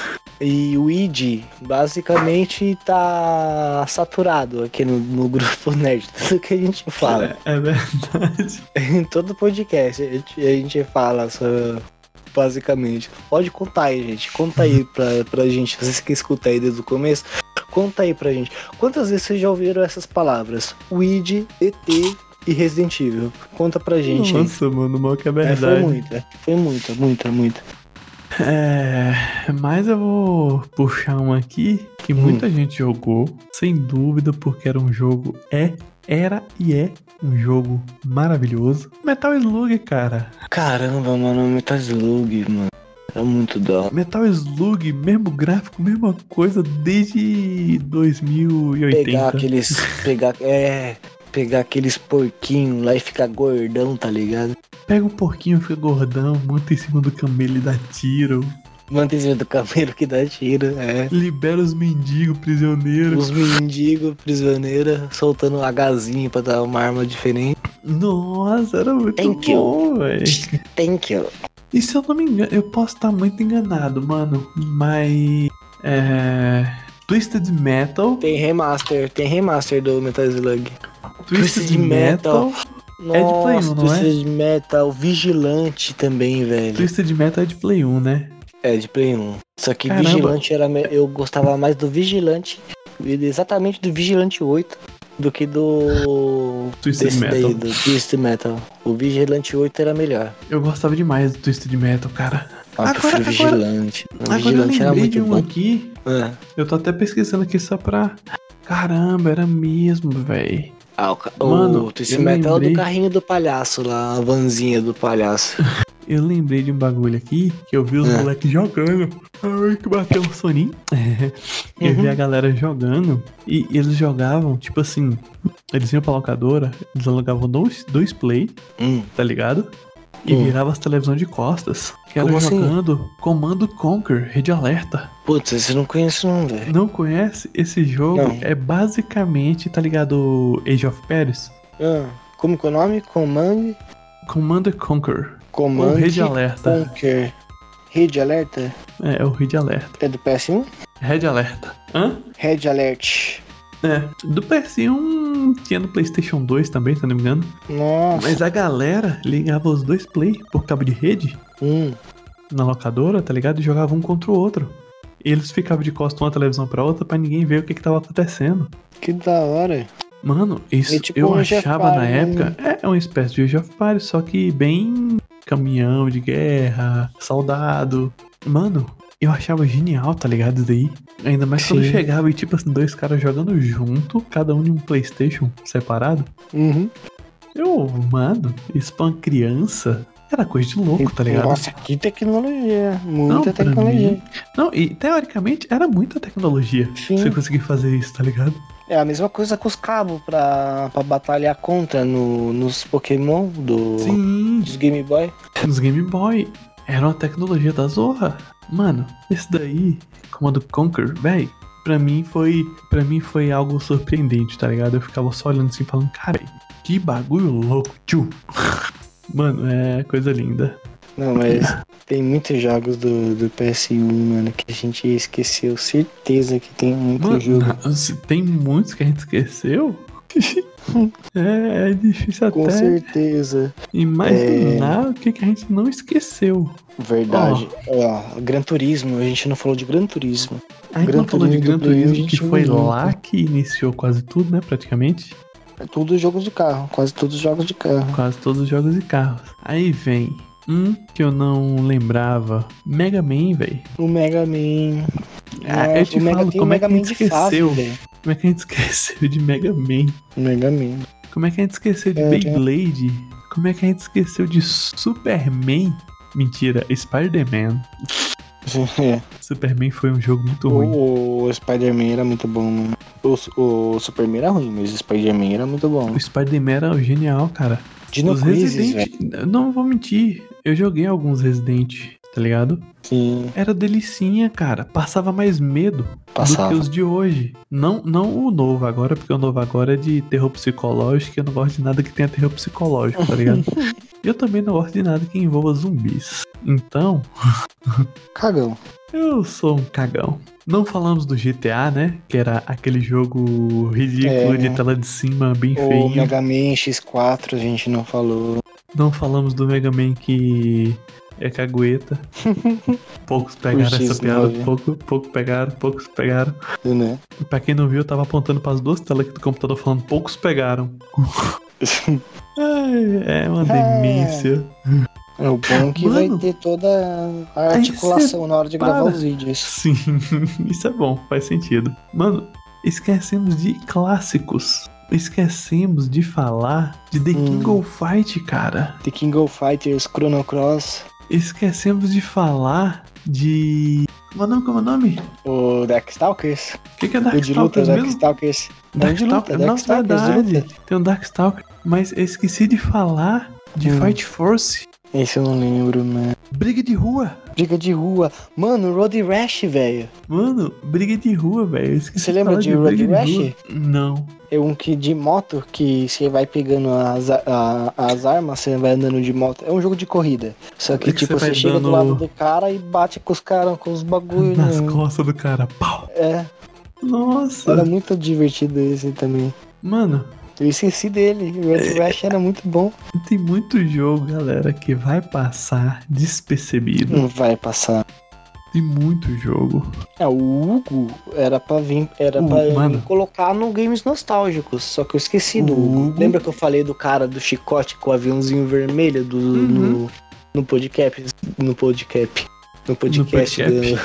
S2: (laughs) e o ID basicamente tá saturado aqui no, no grupo (laughs) Nerd, tudo que a gente fala.
S1: É, é verdade.
S2: (laughs) Em todo podcast a gente, a gente fala sobre, basicamente. Pode contar aí, gente.
S1: (laughs)
S2: Conta aí pra, pra gente. Vocês que escutam aí desde o começo, conta aí pra gente. Quantas vezes vocês já ouviram essas palavras? Weed, ET e Resident Evil. Conta pra gente aí.
S1: Nossa, mano, mal que é
S2: É,
S1: verdade.
S2: foi muita, foi muita, muita, muita.
S1: É, mas eu vou puxar um aqui que
S2: Hum.
S1: muita gente jogou, sem dúvida, porque era um jogo é era e é um jogo maravilhoso. Metal Slug, cara.
S2: Caramba, mano, Metal Slug, mano. É muito dó.
S1: Metal Slug, mesmo gráfico, mesma coisa desde 2080.
S2: Pegar aqueles. pegar. É. Pegar aqueles porquinhos lá e ficar gordão, tá ligado?
S1: Pega um porquinho, fica gordão, monta em cima do camelo e dá tiro.
S2: Manda em cima do camelo que dá tiro, é.
S1: Libera os mendigos, prisioneiros.
S2: Os mendigos, prisioneira, soltando um Hzinho pra dar uma arma diferente.
S1: Nossa, era muito
S2: Thank you.
S1: bom, velho.
S2: Thank you.
S1: E se eu não me engano, eu posso estar muito enganado, mano. Mas. É. Twisted Metal.
S2: Tem remaster, tem remaster do Metal Slug.
S1: Twisted,
S2: Twisted
S1: Metal.
S2: Metal.
S1: É Play 1,
S2: Nossa,
S1: não
S2: Twisted Metal, Vigilante também, velho.
S1: Twisted Metal é de Play 1, né?
S2: É, de Play 1. Só que
S1: Caramba.
S2: Vigilante era. me- Eu gostava mais do Vigilante, exatamente do Vigilante 8, do que do.
S1: Twisted
S2: Desse
S1: Metal.
S2: daí, do Twisted Metal. O Vigilante 8 era melhor.
S1: Eu gostava demais do Twisted Metal, cara.
S2: Ah, eu prefiro
S1: Agora-
S2: vigilante.
S1: Agora
S2: vigilante
S1: eu
S2: era
S1: lembrei de
S2: muito
S1: um
S2: bom.
S1: aqui.
S2: Ah,
S1: Eu tô até pesquisando aqui só pra. Caramba, era mesmo, véi.
S2: Ah, o, ca-
S1: Mano,
S2: o Twist
S1: eu
S2: Metal é
S1: lembrei.
S2: do carrinho do palhaço lá, a vanzinha
S1: (laughs)
S2: do palhaço.
S1: Eu lembrei de um bagulho aqui que eu vi os
S2: É.
S1: moleques jogando. Ai, que bateu um soninho. (laughs) Eu
S2: Uhum.
S1: vi a galera jogando e eles jogavam, tipo assim. Eles iam pra locadora, eles alugavam dois, dois play,
S2: Hum.
S1: tá ligado? E
S2: Hum.
S1: virava as televisões de costas. Que era
S2: Como assim?
S1: jogando Comando Conquer, Rede Alerta.
S2: Putz, esse eu não conheço não, velho.
S1: Não conhece? Esse jogo
S2: Não.
S1: é basicamente, tá ligado? Age of Paris?
S2: Ah, como que é o nome? Command?
S1: Command Conquer. Ou
S2: Command
S1: Rede Alerta.
S2: Conquer. Rede Alerta?
S1: É, é o Rede Alerta.
S2: É do PS1?
S1: Red Alerta. Hã?
S2: Red Alert.
S1: É. Do PS1 tinha no PlayStation 2 também, se eu não me engano.
S2: Nossa.
S1: Mas a galera ligava os dois play por cabo de rede
S2: Hum.
S1: na locadora, tá ligado? E jogava um contra o outro. E eles ficavam de costas uma televisão pra outra pra ninguém ver o que que tava acontecendo.
S2: Que da hora.
S1: Mano, isso
S2: É tipo
S1: eu
S2: um Age of
S1: achava na
S2: Empires,
S1: época. É uma espécie de Age of Empires, só que bem caminhão de guerra, soldado. Mano, eu achava genial, tá ligado? Isso daí. Ainda mais quando
S2: Sim.
S1: chegava e, tipo assim, dois caras jogando junto, cada um em um PlayStation separado.
S2: Uhum.
S1: Eu, mano, isso pra uma criança era coisa de louco, tá ligado?
S2: Nossa, que tecnologia.
S1: Não,
S2: Muita
S1: pra
S2: tecnologia.
S1: mim- Não, e teoricamente era muita tecnologia
S2: Sim.
S1: você conseguir fazer isso, tá ligado?
S2: É a mesma coisa com os cabos pra, pra batalhar contra no, nos Pokémon do,
S1: Sim,
S2: dos Game Boy.
S1: nos Game Boy. Era uma tecnologia da Zorra. Mano, esse daí, Comando Conquer, véi, pra mim foi. para mim foi algo surpreendente, tá ligado? Eu ficava só olhando assim falando, cara, que bagulho louco, tio. (laughs) Mano, é coisa linda.
S2: Não, mas tem muitos jogos do, do PS1, mano, que a gente esqueceu. Certeza que tem muito
S1: Mano,
S2: jogo.
S1: nossa, tem muitos que a gente
S2: (laughs)
S1: esqueceu. é, é difícil
S2: Com
S1: até
S2: certeza. É.
S1: imaginar o que, que a gente não esqueceu.
S2: Verdade. Ó, Gran Turismo, a gente não falou de Gran Turismo.
S1: A gente
S2: Gran
S1: não falou de Gran
S2: Turismo do Play, a
S1: Turismo,
S2: gente
S1: que foi
S2: não
S1: lá que iniciou quase tudo, né? Praticamente.
S2: É tudo jogos de carro, quase todos jogos de carro.
S1: Quase todos os jogos e carros. Aí vem um que eu não lembrava. Mega Man, velho.
S2: O Mega Man.
S1: Ah, eu
S2: Nossa,
S1: te
S2: o Mega,
S1: falo,
S2: tem o
S1: como é que
S2: Mega
S1: a
S2: Man
S1: gente
S2: de fase,
S1: esqueceu?
S2: velho.
S1: Como é que a gente (laughs) esqueceu de Mega Man?
S2: Mega Man.
S1: Como é que a gente esqueceu de
S2: É.
S1: Beyblade? Como é que a gente esqueceu de Superman? Mentira, Spider-Man.
S2: É.
S1: Superman foi um jogo muito ruim.
S2: O, o Spider-Man era muito bom. mano. O, o Superman era ruim, mas o Spider-Man era muito bom.
S1: O Spider-Man era um genial, cara.
S2: Dino
S1: Os
S2: Crisis, velho.
S1: Resident. Não vou mentir, eu joguei alguns Resident, tá ligado?
S2: Sim,
S1: Era delicinha, cara. Passava mais medo do
S2: passava.
S1: que os de hoje. Não, não o novo agora, porque o novo agora é de terror psicológico. e Eu não gosto de nada que tenha terror psicológico, tá
S2: (laughs)
S1: ligado? E eu também não gosto de nada que envolva zumbis. Então,
S2: Cagão.
S1: eu sou um cagão. Não falamos do GTA, né? Que era aquele jogo ridículo
S2: É.
S1: de tela de cima, bem
S2: O
S1: feio.
S2: Mega Man X4 a gente não falou.
S1: Não falamos do Mega Man que é
S2: (laughs)
S1: cagueta. Poucos pegaram essa
S2: X9.
S1: piada, pouco, pouco pegaram, poucos pegaram.
S2: Né? (laughs)
S1: E Pra quem não viu, eu tava apontando pras duas telas aqui do computador falando poucos pegaram. Ai, é uma
S2: É.
S1: demência.
S2: É o bom que
S1: Mano.
S2: vai ter toda a
S1: Aí
S2: articulação na hora de gravar
S1: para.
S2: os vídeos.
S1: Sim, (laughs) isso é bom, faz sentido. Mano, esquecemos de clássicos. Esquecemos de falar de The
S2: Hum.
S1: King of Fight, cara.
S2: The King of Fighters, Chrono Cross,
S1: Esquecemos de falar de. Como é o nome? Como é o nome?
S2: o Darkstalkers,
S1: O que, que é
S2: o de luta
S1: Darkstalkers mesmo?
S2: Darkstalkers. Não, de
S1: Darkstalker,
S2: luta,
S1: não, é
S2: Darkstalkers, de
S1: verdade.
S2: luta.
S1: Tem um Darkstalker, mas eu esqueci de falar de
S2: Hum.
S1: Fight Force.
S2: Esse eu não lembro, mano.
S1: Briga de rua.
S2: Briga de rua. Mano, Road Rash, velho.
S1: Mano, briga de rua, velho. Eu esqueci
S2: Você lembra
S1: falar
S2: de Road
S1: briga
S2: Rash?
S1: rua. Não.
S2: É um que de moto que você vai pegando as, a- as armas, você vai andando de moto. É um jogo de corrida. Só que,
S1: É que
S2: tipo,
S1: você
S2: você,
S1: vai
S2: chega do
S1: dando-
S2: lado do cara e bate com os caras, com os bagulhos.
S1: Nas costas do cara. Pau.
S2: É,
S1: Nossa.
S2: era muito divertido esse também.
S1: Mano,
S2: Eu esqueci dele. O
S1: É.
S2: Red Rush era muito bom.
S1: tem muito jogo, galera, que vai passar despercebido.
S2: Não vai passar.
S1: Tem muito jogo.
S2: É, o Hugo era pra vir, era
S1: Hugo,
S2: pra
S1: mano.
S2: colocar no games nostálgicos. Só que eu esqueci do
S1: O
S2: Hugo.
S1: Hugo.
S2: Lembra que eu falei do cara do chicote com o aviãozinho vermelho do,
S1: Uhum.
S2: no, no podcast? No podcast. no podcast,
S1: No
S2: do-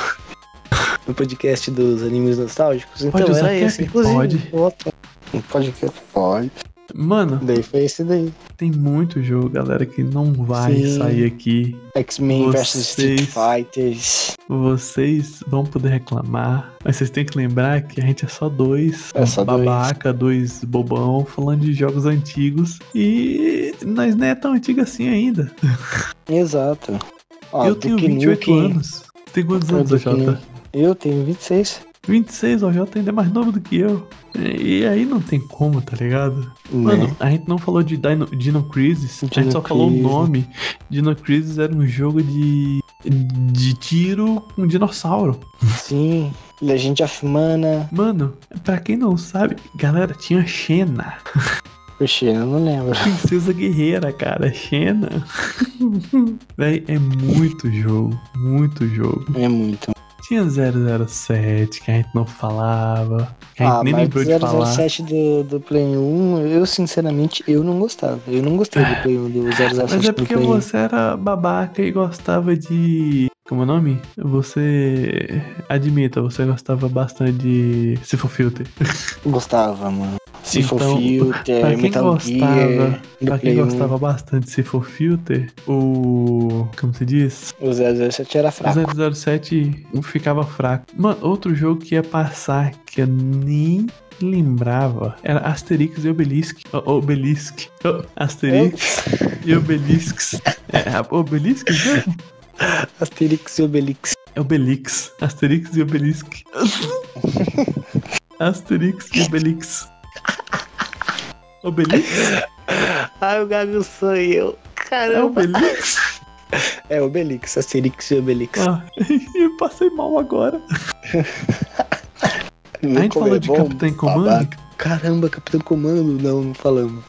S2: no podcast dos animes nostálgicos. Então
S1: Pode usar
S2: era
S1: cap?
S2: esse, inclusive.
S1: Pode.
S2: Outro. Um podcast pode.
S1: Mano,
S2: Daí foi esse daí.
S1: tem muito jogo, galera, que não vai
S2: Sim.
S1: sair aqui.
S2: X-Men vs Street
S1: Vocês-
S2: Fighters.
S1: Vocês vão poder reclamar, mas vocês têm que lembrar que a gente é só dois
S2: É só dois.
S1: babaca, dois. bobão, falando de jogos antigos. E nós não é tão antigo assim ainda.
S2: Exato. Ó,
S1: eu
S2: Duke
S1: tenho 28
S2: Nukem-
S1: anos. Tem quantos
S2: Ó,
S1: anos,
S2: Duke
S1: OJ?
S2: Nukem. Eu tenho 26.
S1: 26, o OJ ainda é mais novo do que eu. E e aí não tem como, tá ligado? Mano,
S2: Né?
S1: a gente não falou de Dino, Dino Crisis, a
S2: Dino
S1: gente só falou o
S2: Crisis.
S1: nome. Dino Crisis era um jogo de, de tiro com dinossauro.
S2: Sim. Legend of Mana.
S1: Mano, pra quem não sabe, galera, tinha Xena, (laughs)
S2: Oxê, eu não lembro.
S1: princesa guerreira, cara, Xena. (laughs) Véi, é muito jogo, muito jogo.
S2: É muito.
S1: Tinha 007, que a gente não falava, que a
S2: Ah,
S1: gente nem lembrou de falar.
S2: 007 do, do Play 1, eu sinceramente, eu não gostava. Eu não gostei do Play 1, do 007
S1: Mas é
S2: do
S1: porque
S2: Play 1.
S1: você era babaca e gostava de. Como é o nome? Você. Admita, você gostava bastante de. Se for filter.
S2: Gostava, mano. Se for
S1: Então, pra
S2: Filter,
S1: quem
S2: Metal
S1: gostava-
S2: Gear, do
S1: Pra quem
S2: Play 1,
S1: gostava bastante de Se for filter, o. Como se diz?
S2: o 007 era fraco.
S1: O 007 ficava fraco. Mano, outro jogo que ia passar que eu nem lembrava era Asterix e Obelisk. O- Obelisk. O- Asterix e Obelisks. É, Obelisks mesmo?
S2: Asterix e Obelix.
S1: É Obelix. Asterix e
S2: (laughs)
S1: Obelisk. Asterix e Obelix. Obelix?
S2: Ai, o Gabi sou eu.
S1: É
S2: Caramba. (laughs)
S1: Obelix?
S2: É Obelix, Asterix e Obelix.
S1: Ah, (laughs) eu passei mal agora. A gente
S2: é
S1: falou de Capitão Comando.
S2: babaca. Caramba, Capitão Comando. Não, não falamos.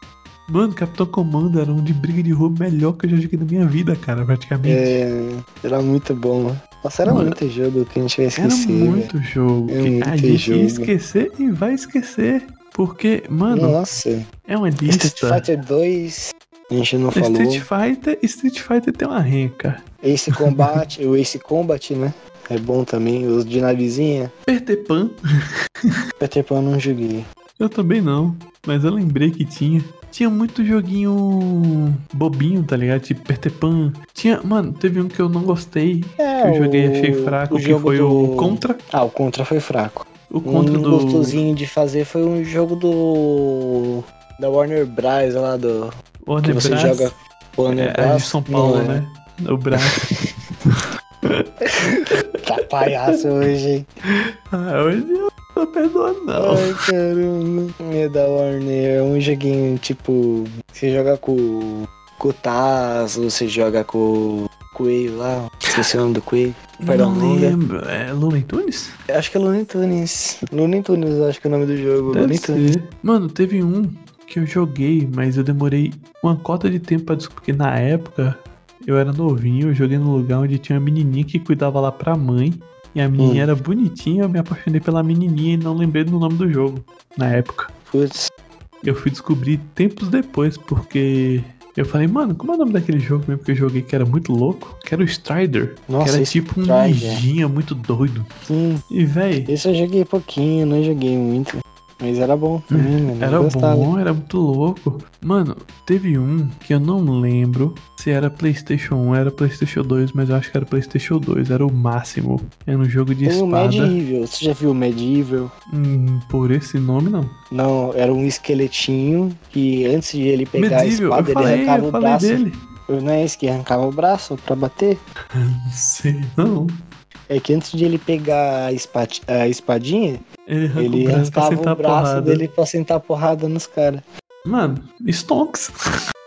S1: Mano, Capitão Comando era um de briga de roubo melhor que eu já joguei na minha vida, cara, praticamente.
S2: É, era muito bom. Nossa, era
S1: Mano,
S2: muito jogo que a gente ia
S1: era
S2: esquecer. velho.
S1: muito jogo.
S2: É
S1: que a
S2: muito
S1: gente
S2: jogo.
S1: ia esquecer e vai esquecer. Porque, mano,
S2: Nossa.
S1: é uma
S2: Street
S1: lista.
S2: Fighter 2, a gente não falou.
S1: Street Fighter, Street Fighter tem uma renca.
S2: Ace Combat, o Ace Combat, né? É bom também. Os de navezinha.
S1: Peter Pan
S2: Peter Pan eu não joguei.
S1: Eu também não, mas eu lembrei que tinha. Tinha muito joguinho bobinho, tá ligado? Tipo Peter Pan. Tinha, mano, teve um que eu não gostei, que
S2: É,
S1: eu joguei e
S2: o-
S1: achei fraco,
S2: o
S1: que
S2: jogo
S1: foi
S2: do-
S1: o Contra.
S2: Ah, o Contra foi fraco.
S1: O Contra
S2: um
S1: do.
S2: gostosinho de fazer foi um jogo do. Da Warner Bros. lá do. Que
S1: Warner
S2: você
S1: Bros.
S2: joga. Warner
S1: É, a
S2: Bros.
S1: de São Paulo,
S2: Não,
S1: né? O braço. (laughs)
S2: Tá palhaço hoje, hein?
S1: ah, hoje eu não perdoo, (laughs) não.
S2: Ai, caramba. É da Warner. É um joguinho tipo. Você joga com, com o Taz, ou você joga com o Coelho lá. Esqueci o nome do Coelho. Perdão,
S1: não
S2: Lunga.
S1: lembro. É Looney Tunes?
S2: Eu Acho que é Looney Tunes. Looney Tunes, eu acho que é o nome do jogo.
S1: Deve
S2: Looney Tunes.
S1: ser. Mano, teve um que eu joguei, mas eu demorei uma cota de tempo pra descobrir. Porque na época eu era novinho, eu joguei num lugar onde tinha uma menininha que cuidava lá pra mãe. E a
S2: Hum.
S1: menininha era bonitinha, eu me apaixonei pela menininha e não lembrei do nome do jogo na época.
S2: Putz,
S1: Eu fui descobrir tempos depois, porque eu falei, mano, como é o nome daquele jogo mesmo que eu joguei que era muito louco? Que era o Strider. que
S2: nossa,
S1: era
S2: esse,
S1: tipo um
S2: Strider.
S1: ninjinha muito doido.
S2: sim,
S1: E véi,
S2: esse eu joguei pouquinho, não joguei muito. Mas era bom também, mano. eu
S1: Hum, Era
S2: gostava.
S1: bom, era muito louco. Mano, teve um que eu não lembro se era PlayStation 1, era PlayStation 2, mas eu acho que era PlayStation 2, era o máximo. Era um jogo de
S2: Tem o
S1: espada.
S2: Medieval. Você já viu o Medieval?
S1: Hum, por esse nome, não.
S2: Não, era um esqueletinho que antes de ele pegar
S1: Medieval,
S2: a
S1: eu
S2: espada, ele
S1: falei,
S2: arrancava
S1: eu
S2: o
S1: falei
S2: braço.
S1: dele.
S2: Não é esse que arrancava o braço pra bater?
S1: Não sei, não.
S2: É que antes de ele pegar a, espa- a espadinha,
S1: Ele arrancou (laughs) o
S2: ele
S1: braço pra
S2: arrancava
S1: sentar
S2: o
S1: a
S2: braço
S1: porrada.
S2: dele pra sentar porrada nos caras.
S1: Mano, Stonks.
S2: (laughs)
S1: (laughs)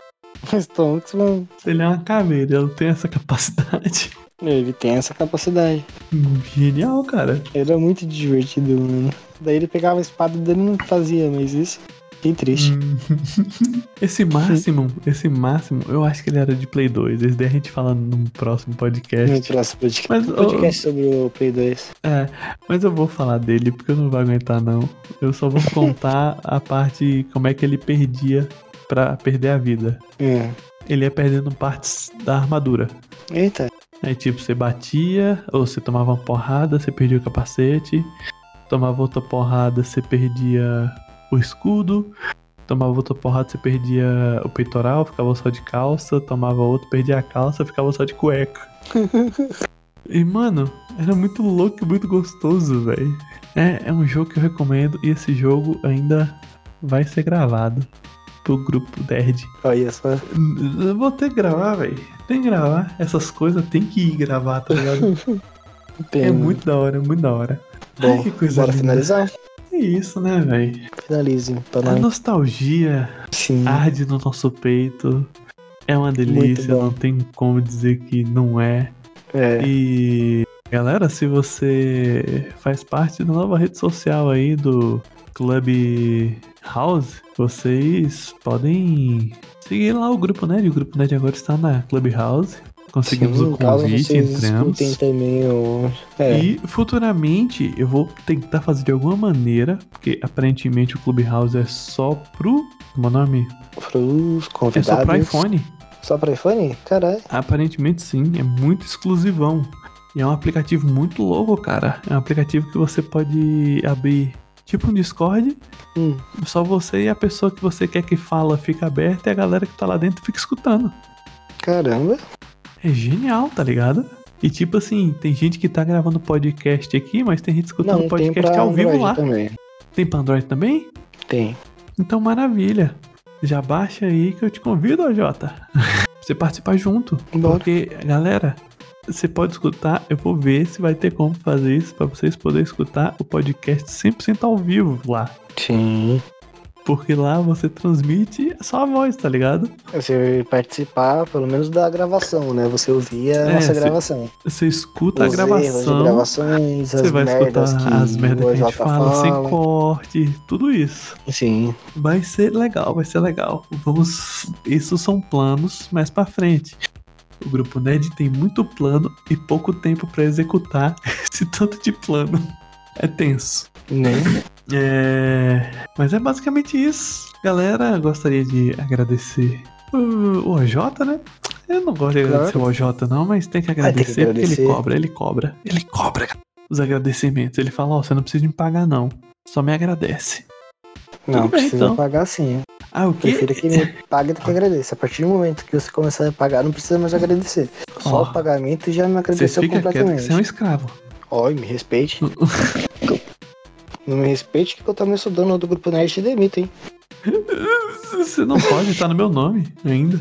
S2: Mas Tonks, mano,
S1: Ele é uma caveira, ele tem essa capacidade.
S2: ele tem essa capacidade.
S1: Genial, cara.
S2: Era muito divertido, mano. Daí ele pegava a espada dele e não fazia mais isso. Que triste.
S1: Hum. (laughs) Esse máximo, esse máximo, eu acho que ele era de Play 2. Esse daí a gente fala num próximo
S2: No
S1: podcast.
S2: próximo podcast,
S1: Mas, ô-
S2: podcast sobre o Play 2.
S1: É, mas eu vou falar dele porque eu não vou aguentar, não. Eu só vou
S2: (laughs)
S1: contar a parte como é que ele perdia pra perder a vida.
S2: É.
S1: Ele ia perdendo partes da armadura.
S2: Eita,
S1: Aí, tipo, você batia, ou você tomava uma porrada, você perdia o capacete. Tomava outra porrada, você perdia o escudo. Tomava outra porrada, você perdia o peitoral, ficava só de calça. Tomava outro, perdia a calça, ficava só de cueca. e, mano, era muito louco e muito gostoso, velho. É, é um jogo que eu recomendo e esse jogo ainda vai ser gravado pro grupo Nerd.
S2: Olha só.
S1: Eu vou ter que gravar, velho. Tem que gravar. Essas coisas tem que ir gravar, tá
S2: (laughs)
S1: ligado? é muito da hora, é muito da hora.
S2: Bom,
S1: Ai, que coisa
S2: bora
S1: linda.
S2: finalizar?
S1: É isso, né, velho?
S2: Finalize pra
S1: A
S2: nós.
S1: nostalgia
S2: Sim.
S1: arde no nosso peito. É uma delícia,
S2: bom.
S1: não tem como dizer que não é.
S2: é.
S1: E galera, se você faz parte da nova rede social aí do Club House, vocês podem seguir lá o grupo Nerd. O grupo Nerd agora está na Club House. Conseguimos
S2: Sim,
S1: o
S2: caso
S1: convite,
S2: vocês
S1: entramos.
S2: escutem também o. É.
S1: E futuramente eu vou tentar fazer de alguma maneira, porque aparentemente o Clubhouse é só pro. Como é o nome?
S2: Pros
S1: É
S2: convidados.
S1: só pro iPhone.
S2: Só pra iPhone? Caralho.
S1: Aparentemente sim, é muito exclusivão. E é um aplicativo muito louco, cara. É um aplicativo que você pode abrir tipo um Discord,
S2: Hum.
S1: só você e a pessoa que você quer que fala fica aberta e a galera que tá lá dentro fica escutando.
S2: Caramba.
S1: É genial, tá ligado? E tipo assim, tem gente que tá gravando podcast aqui, mas tem gente escutando
S2: Não, tem
S1: um podcast
S2: pra
S1: ao vivo
S2: Android
S1: lá.
S2: também.
S1: Tem pra Android também?
S2: Tem.
S1: Então maravilha. Já baixa aí que eu te convido, ó, Jota. (laughs) pra você participar junto.
S2: Bora.
S1: Porque, galera, você pode escutar, eu vou ver se vai ter como fazer isso pra vocês poderem escutar o podcast 100% ao vivo lá.
S2: Sim.
S1: Porque lá você transmite a sua voz, tá ligado?
S2: Você participar, pelo menos, da gravação, né? Você ouvia a
S1: É,
S2: nossa
S1: você-
S2: gravação.
S1: Você escuta
S2: Os
S1: a
S2: erros de
S1: gravação,
S2: gravações,
S1: você
S2: as
S1: vai escutar
S2: merdas que
S1: as merdas que a
S2: o
S1: gente
S2: Jota
S1: fala, sem corte, tudo isso.
S2: Sim,
S1: Vai ser legal, vai ser legal. Vamos. Isso são planos mais pra frente. O grupo Ned tem muito plano e pouco tempo pra executar (laughs) esse tanto de plano. É tenso.
S2: né?
S1: É... Mas é basicamente isso. Galera, gostaria de agradecer o o OJ, né? Eu não gosto de
S2: Claro.
S1: agradecer o OJ, não, mas tem que
S2: tem que
S1: agradecer, porque ele
S2: agradecer.
S1: cobra, ele cobra. Ele cobra os agradecimentos. Ele fala, ó, você não precisa me pagar, não. Só me agradece.
S2: Não,
S1: (laughs) bem,
S2: precisa
S1: então.
S2: pagar sim.
S1: Ah, o quê?
S2: Prefiro que
S1: (laughs)
S2: me pague do que agradeça. A partir do momento que você começar a pagar, não precisa mais agradecer. Só
S1: Ó,
S2: o pagamento já me
S1: Você
S2: agradeceu
S1: fica quieto que
S2: completamente.
S1: você é um escravo.
S2: Olha,
S1: (laughs)
S2: me respeite. não me respeite que eu também sou dono do grupo Nerd e te demito, hein?
S1: Você não pode estar no meu nome ainda.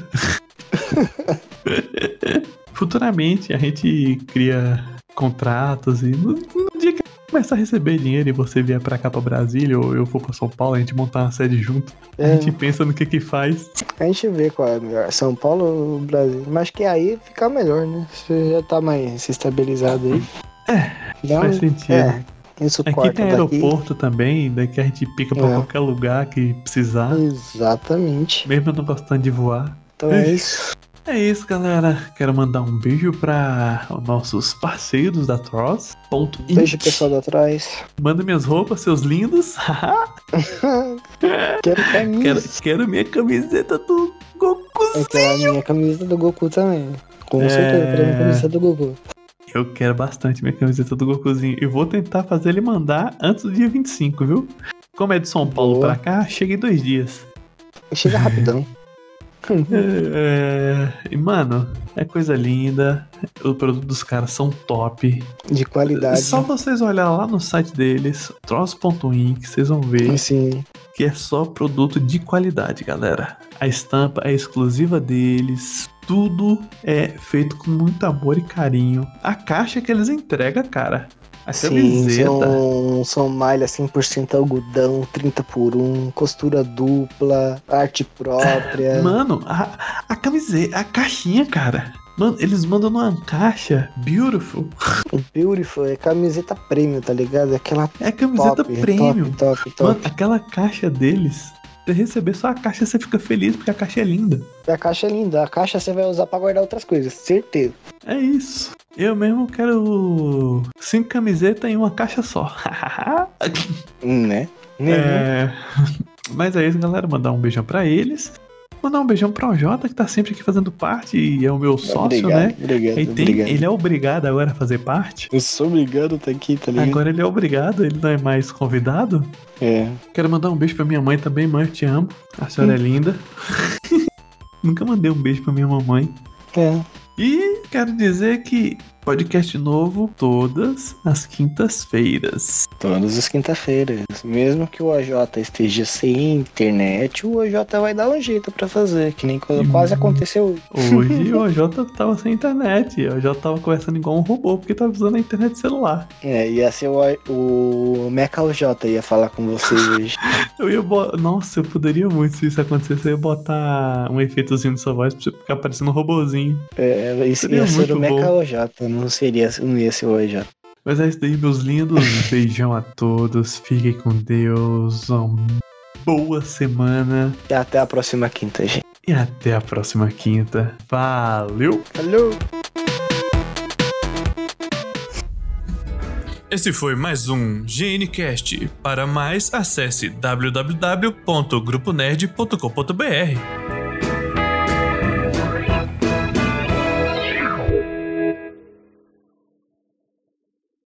S1: Futuramente a gente cria contratos e no, no dia que eu começar a receber dinheiro e você vier pra cá pra Brasília ou eu for pra São Paulo, a gente montar uma sede junto. A
S2: É.
S1: gente pensa no que que faz.
S2: A gente vê qual é melhor. São Paulo ou Brasil? Mas que aí fica melhor, né? Você já tá mais estabilizado aí. É, Dá
S1: faz
S2: um-
S1: sentido.
S2: É, isso
S1: Aqui
S2: corta
S1: tem
S2: daqui.
S1: aeroporto também, daqui a gente pica pra
S2: É.
S1: qualquer lugar que precisar,
S2: Exatamente.
S1: mesmo eu não gostando de voar.
S2: Então é isso.
S1: É isso, galera. Quero mandar um beijo pra nossos parceiros da Tross.
S2: Beijo, pessoal da trás.
S1: Manda minhas roupas, seus lindos.
S2: Quero camisa.
S1: É, quero, quero minha camiseta do
S2: Eu
S1: Goku.
S2: quero a É minha camisa do Goku também. Com
S1: É.
S2: certeza, eu quero a minha camisa do Goku.
S1: Eu quero bastante minha camiseta do Gokuzinho. E vou tentar fazer ele mandar antes do dia 25, viu? Como é de São Paulo
S2: Boa.
S1: pra cá, chega em dois dias.
S2: Chega rapidão. (laughs)
S1: É, E, mano, é coisa linda. O produto dos caras são top.
S2: De
S1: É
S2: qualidade.
S1: só vocês olhar lá no site deles, tross.inc, vocês vão ver.
S2: Assim,
S1: que é só produto de qualidade, galera. A estampa é exclusiva deles, tudo é feito com muito amor e carinho. A caixa que eles entregam, cara. A
S2: sim,
S1: camiseta.
S2: são, são malhas 100% algodão, 30 por 1, costura dupla, arte própria.
S1: Mano, a, a camiseta, a caixinha, cara. Mano, eles mandam numa caixa beautiful.
S2: O Beautiful é camiseta premium, tá ligado? É Aquela
S1: É a camiseta
S2: top,
S1: premium.
S2: top, top, top.
S1: Mano, aquela caixa deles. Você receber só a caixa, você fica feliz porque a caixa é linda.
S2: E A caixa é linda. A caixa você vai usar pra guardar outras coisas, certeza.
S1: É isso. Eu mesmo quero cinco camisetas em uma caixa só. (laughs)
S2: Né? Hum,
S1: É, Mas é isso, galera. Mandar um beijão pra eles. Mandar um beijão pro Jota, que tá sempre aqui fazendo parte e é o meu sócio,
S2: obrigado,
S1: né?
S2: Obrigado,
S1: Aí tem,
S2: obrigado.
S1: ele é obrigado agora a fazer parte.
S2: Eu sou obrigado a estar aqui, tá ligado?
S1: Agora ele é obrigado, ele não é mais convidado.
S2: É.
S1: Quero mandar um beijo pra minha mãe também, mãe, eu te amo. A
S2: (laughs)
S1: senhora é linda. (laughs) Nunca mandei um beijo pra minha mamãe.
S2: É.
S1: E quero dizer que podcast novo todas as quintas-feiras.
S2: Todas as quinta-feiras. Mesmo que o OJ esteja sem internet, o OJ vai dar um jeito pra fazer, que nem quando
S1: Hum.
S2: quase aconteceu hoje.
S1: Hoje o OJ tava sem internet. O OJ tava conversando igual um robô porque tava usando a internet celular.
S2: É, ia ser o, o Mecha OJ ia falar com vocês
S1: (laughs)
S2: hoje.
S1: Eu ia botar. Nossa, eu poderia muito, se isso acontecesse, eu ia botar um efeitozinho na sua voz pra você ficar parecendo um robôzinho.
S2: É, isso
S1: Seria
S2: ia ser
S1: muito
S2: o Mecha
S1: bom.
S2: OJ, não, seria, não ia ser o OJ.
S1: Mas é isso daí, meus (laughs) lindos. Beijão a todos. Fiquem com Deus. Uma boa semana.
S2: E até a próxima quinta, gente.
S1: E até a próxima quinta. Valeu!
S2: Valeu!
S1: Esse foi mais um GNCast. Para mais, acesse www.gruponerd.com.br.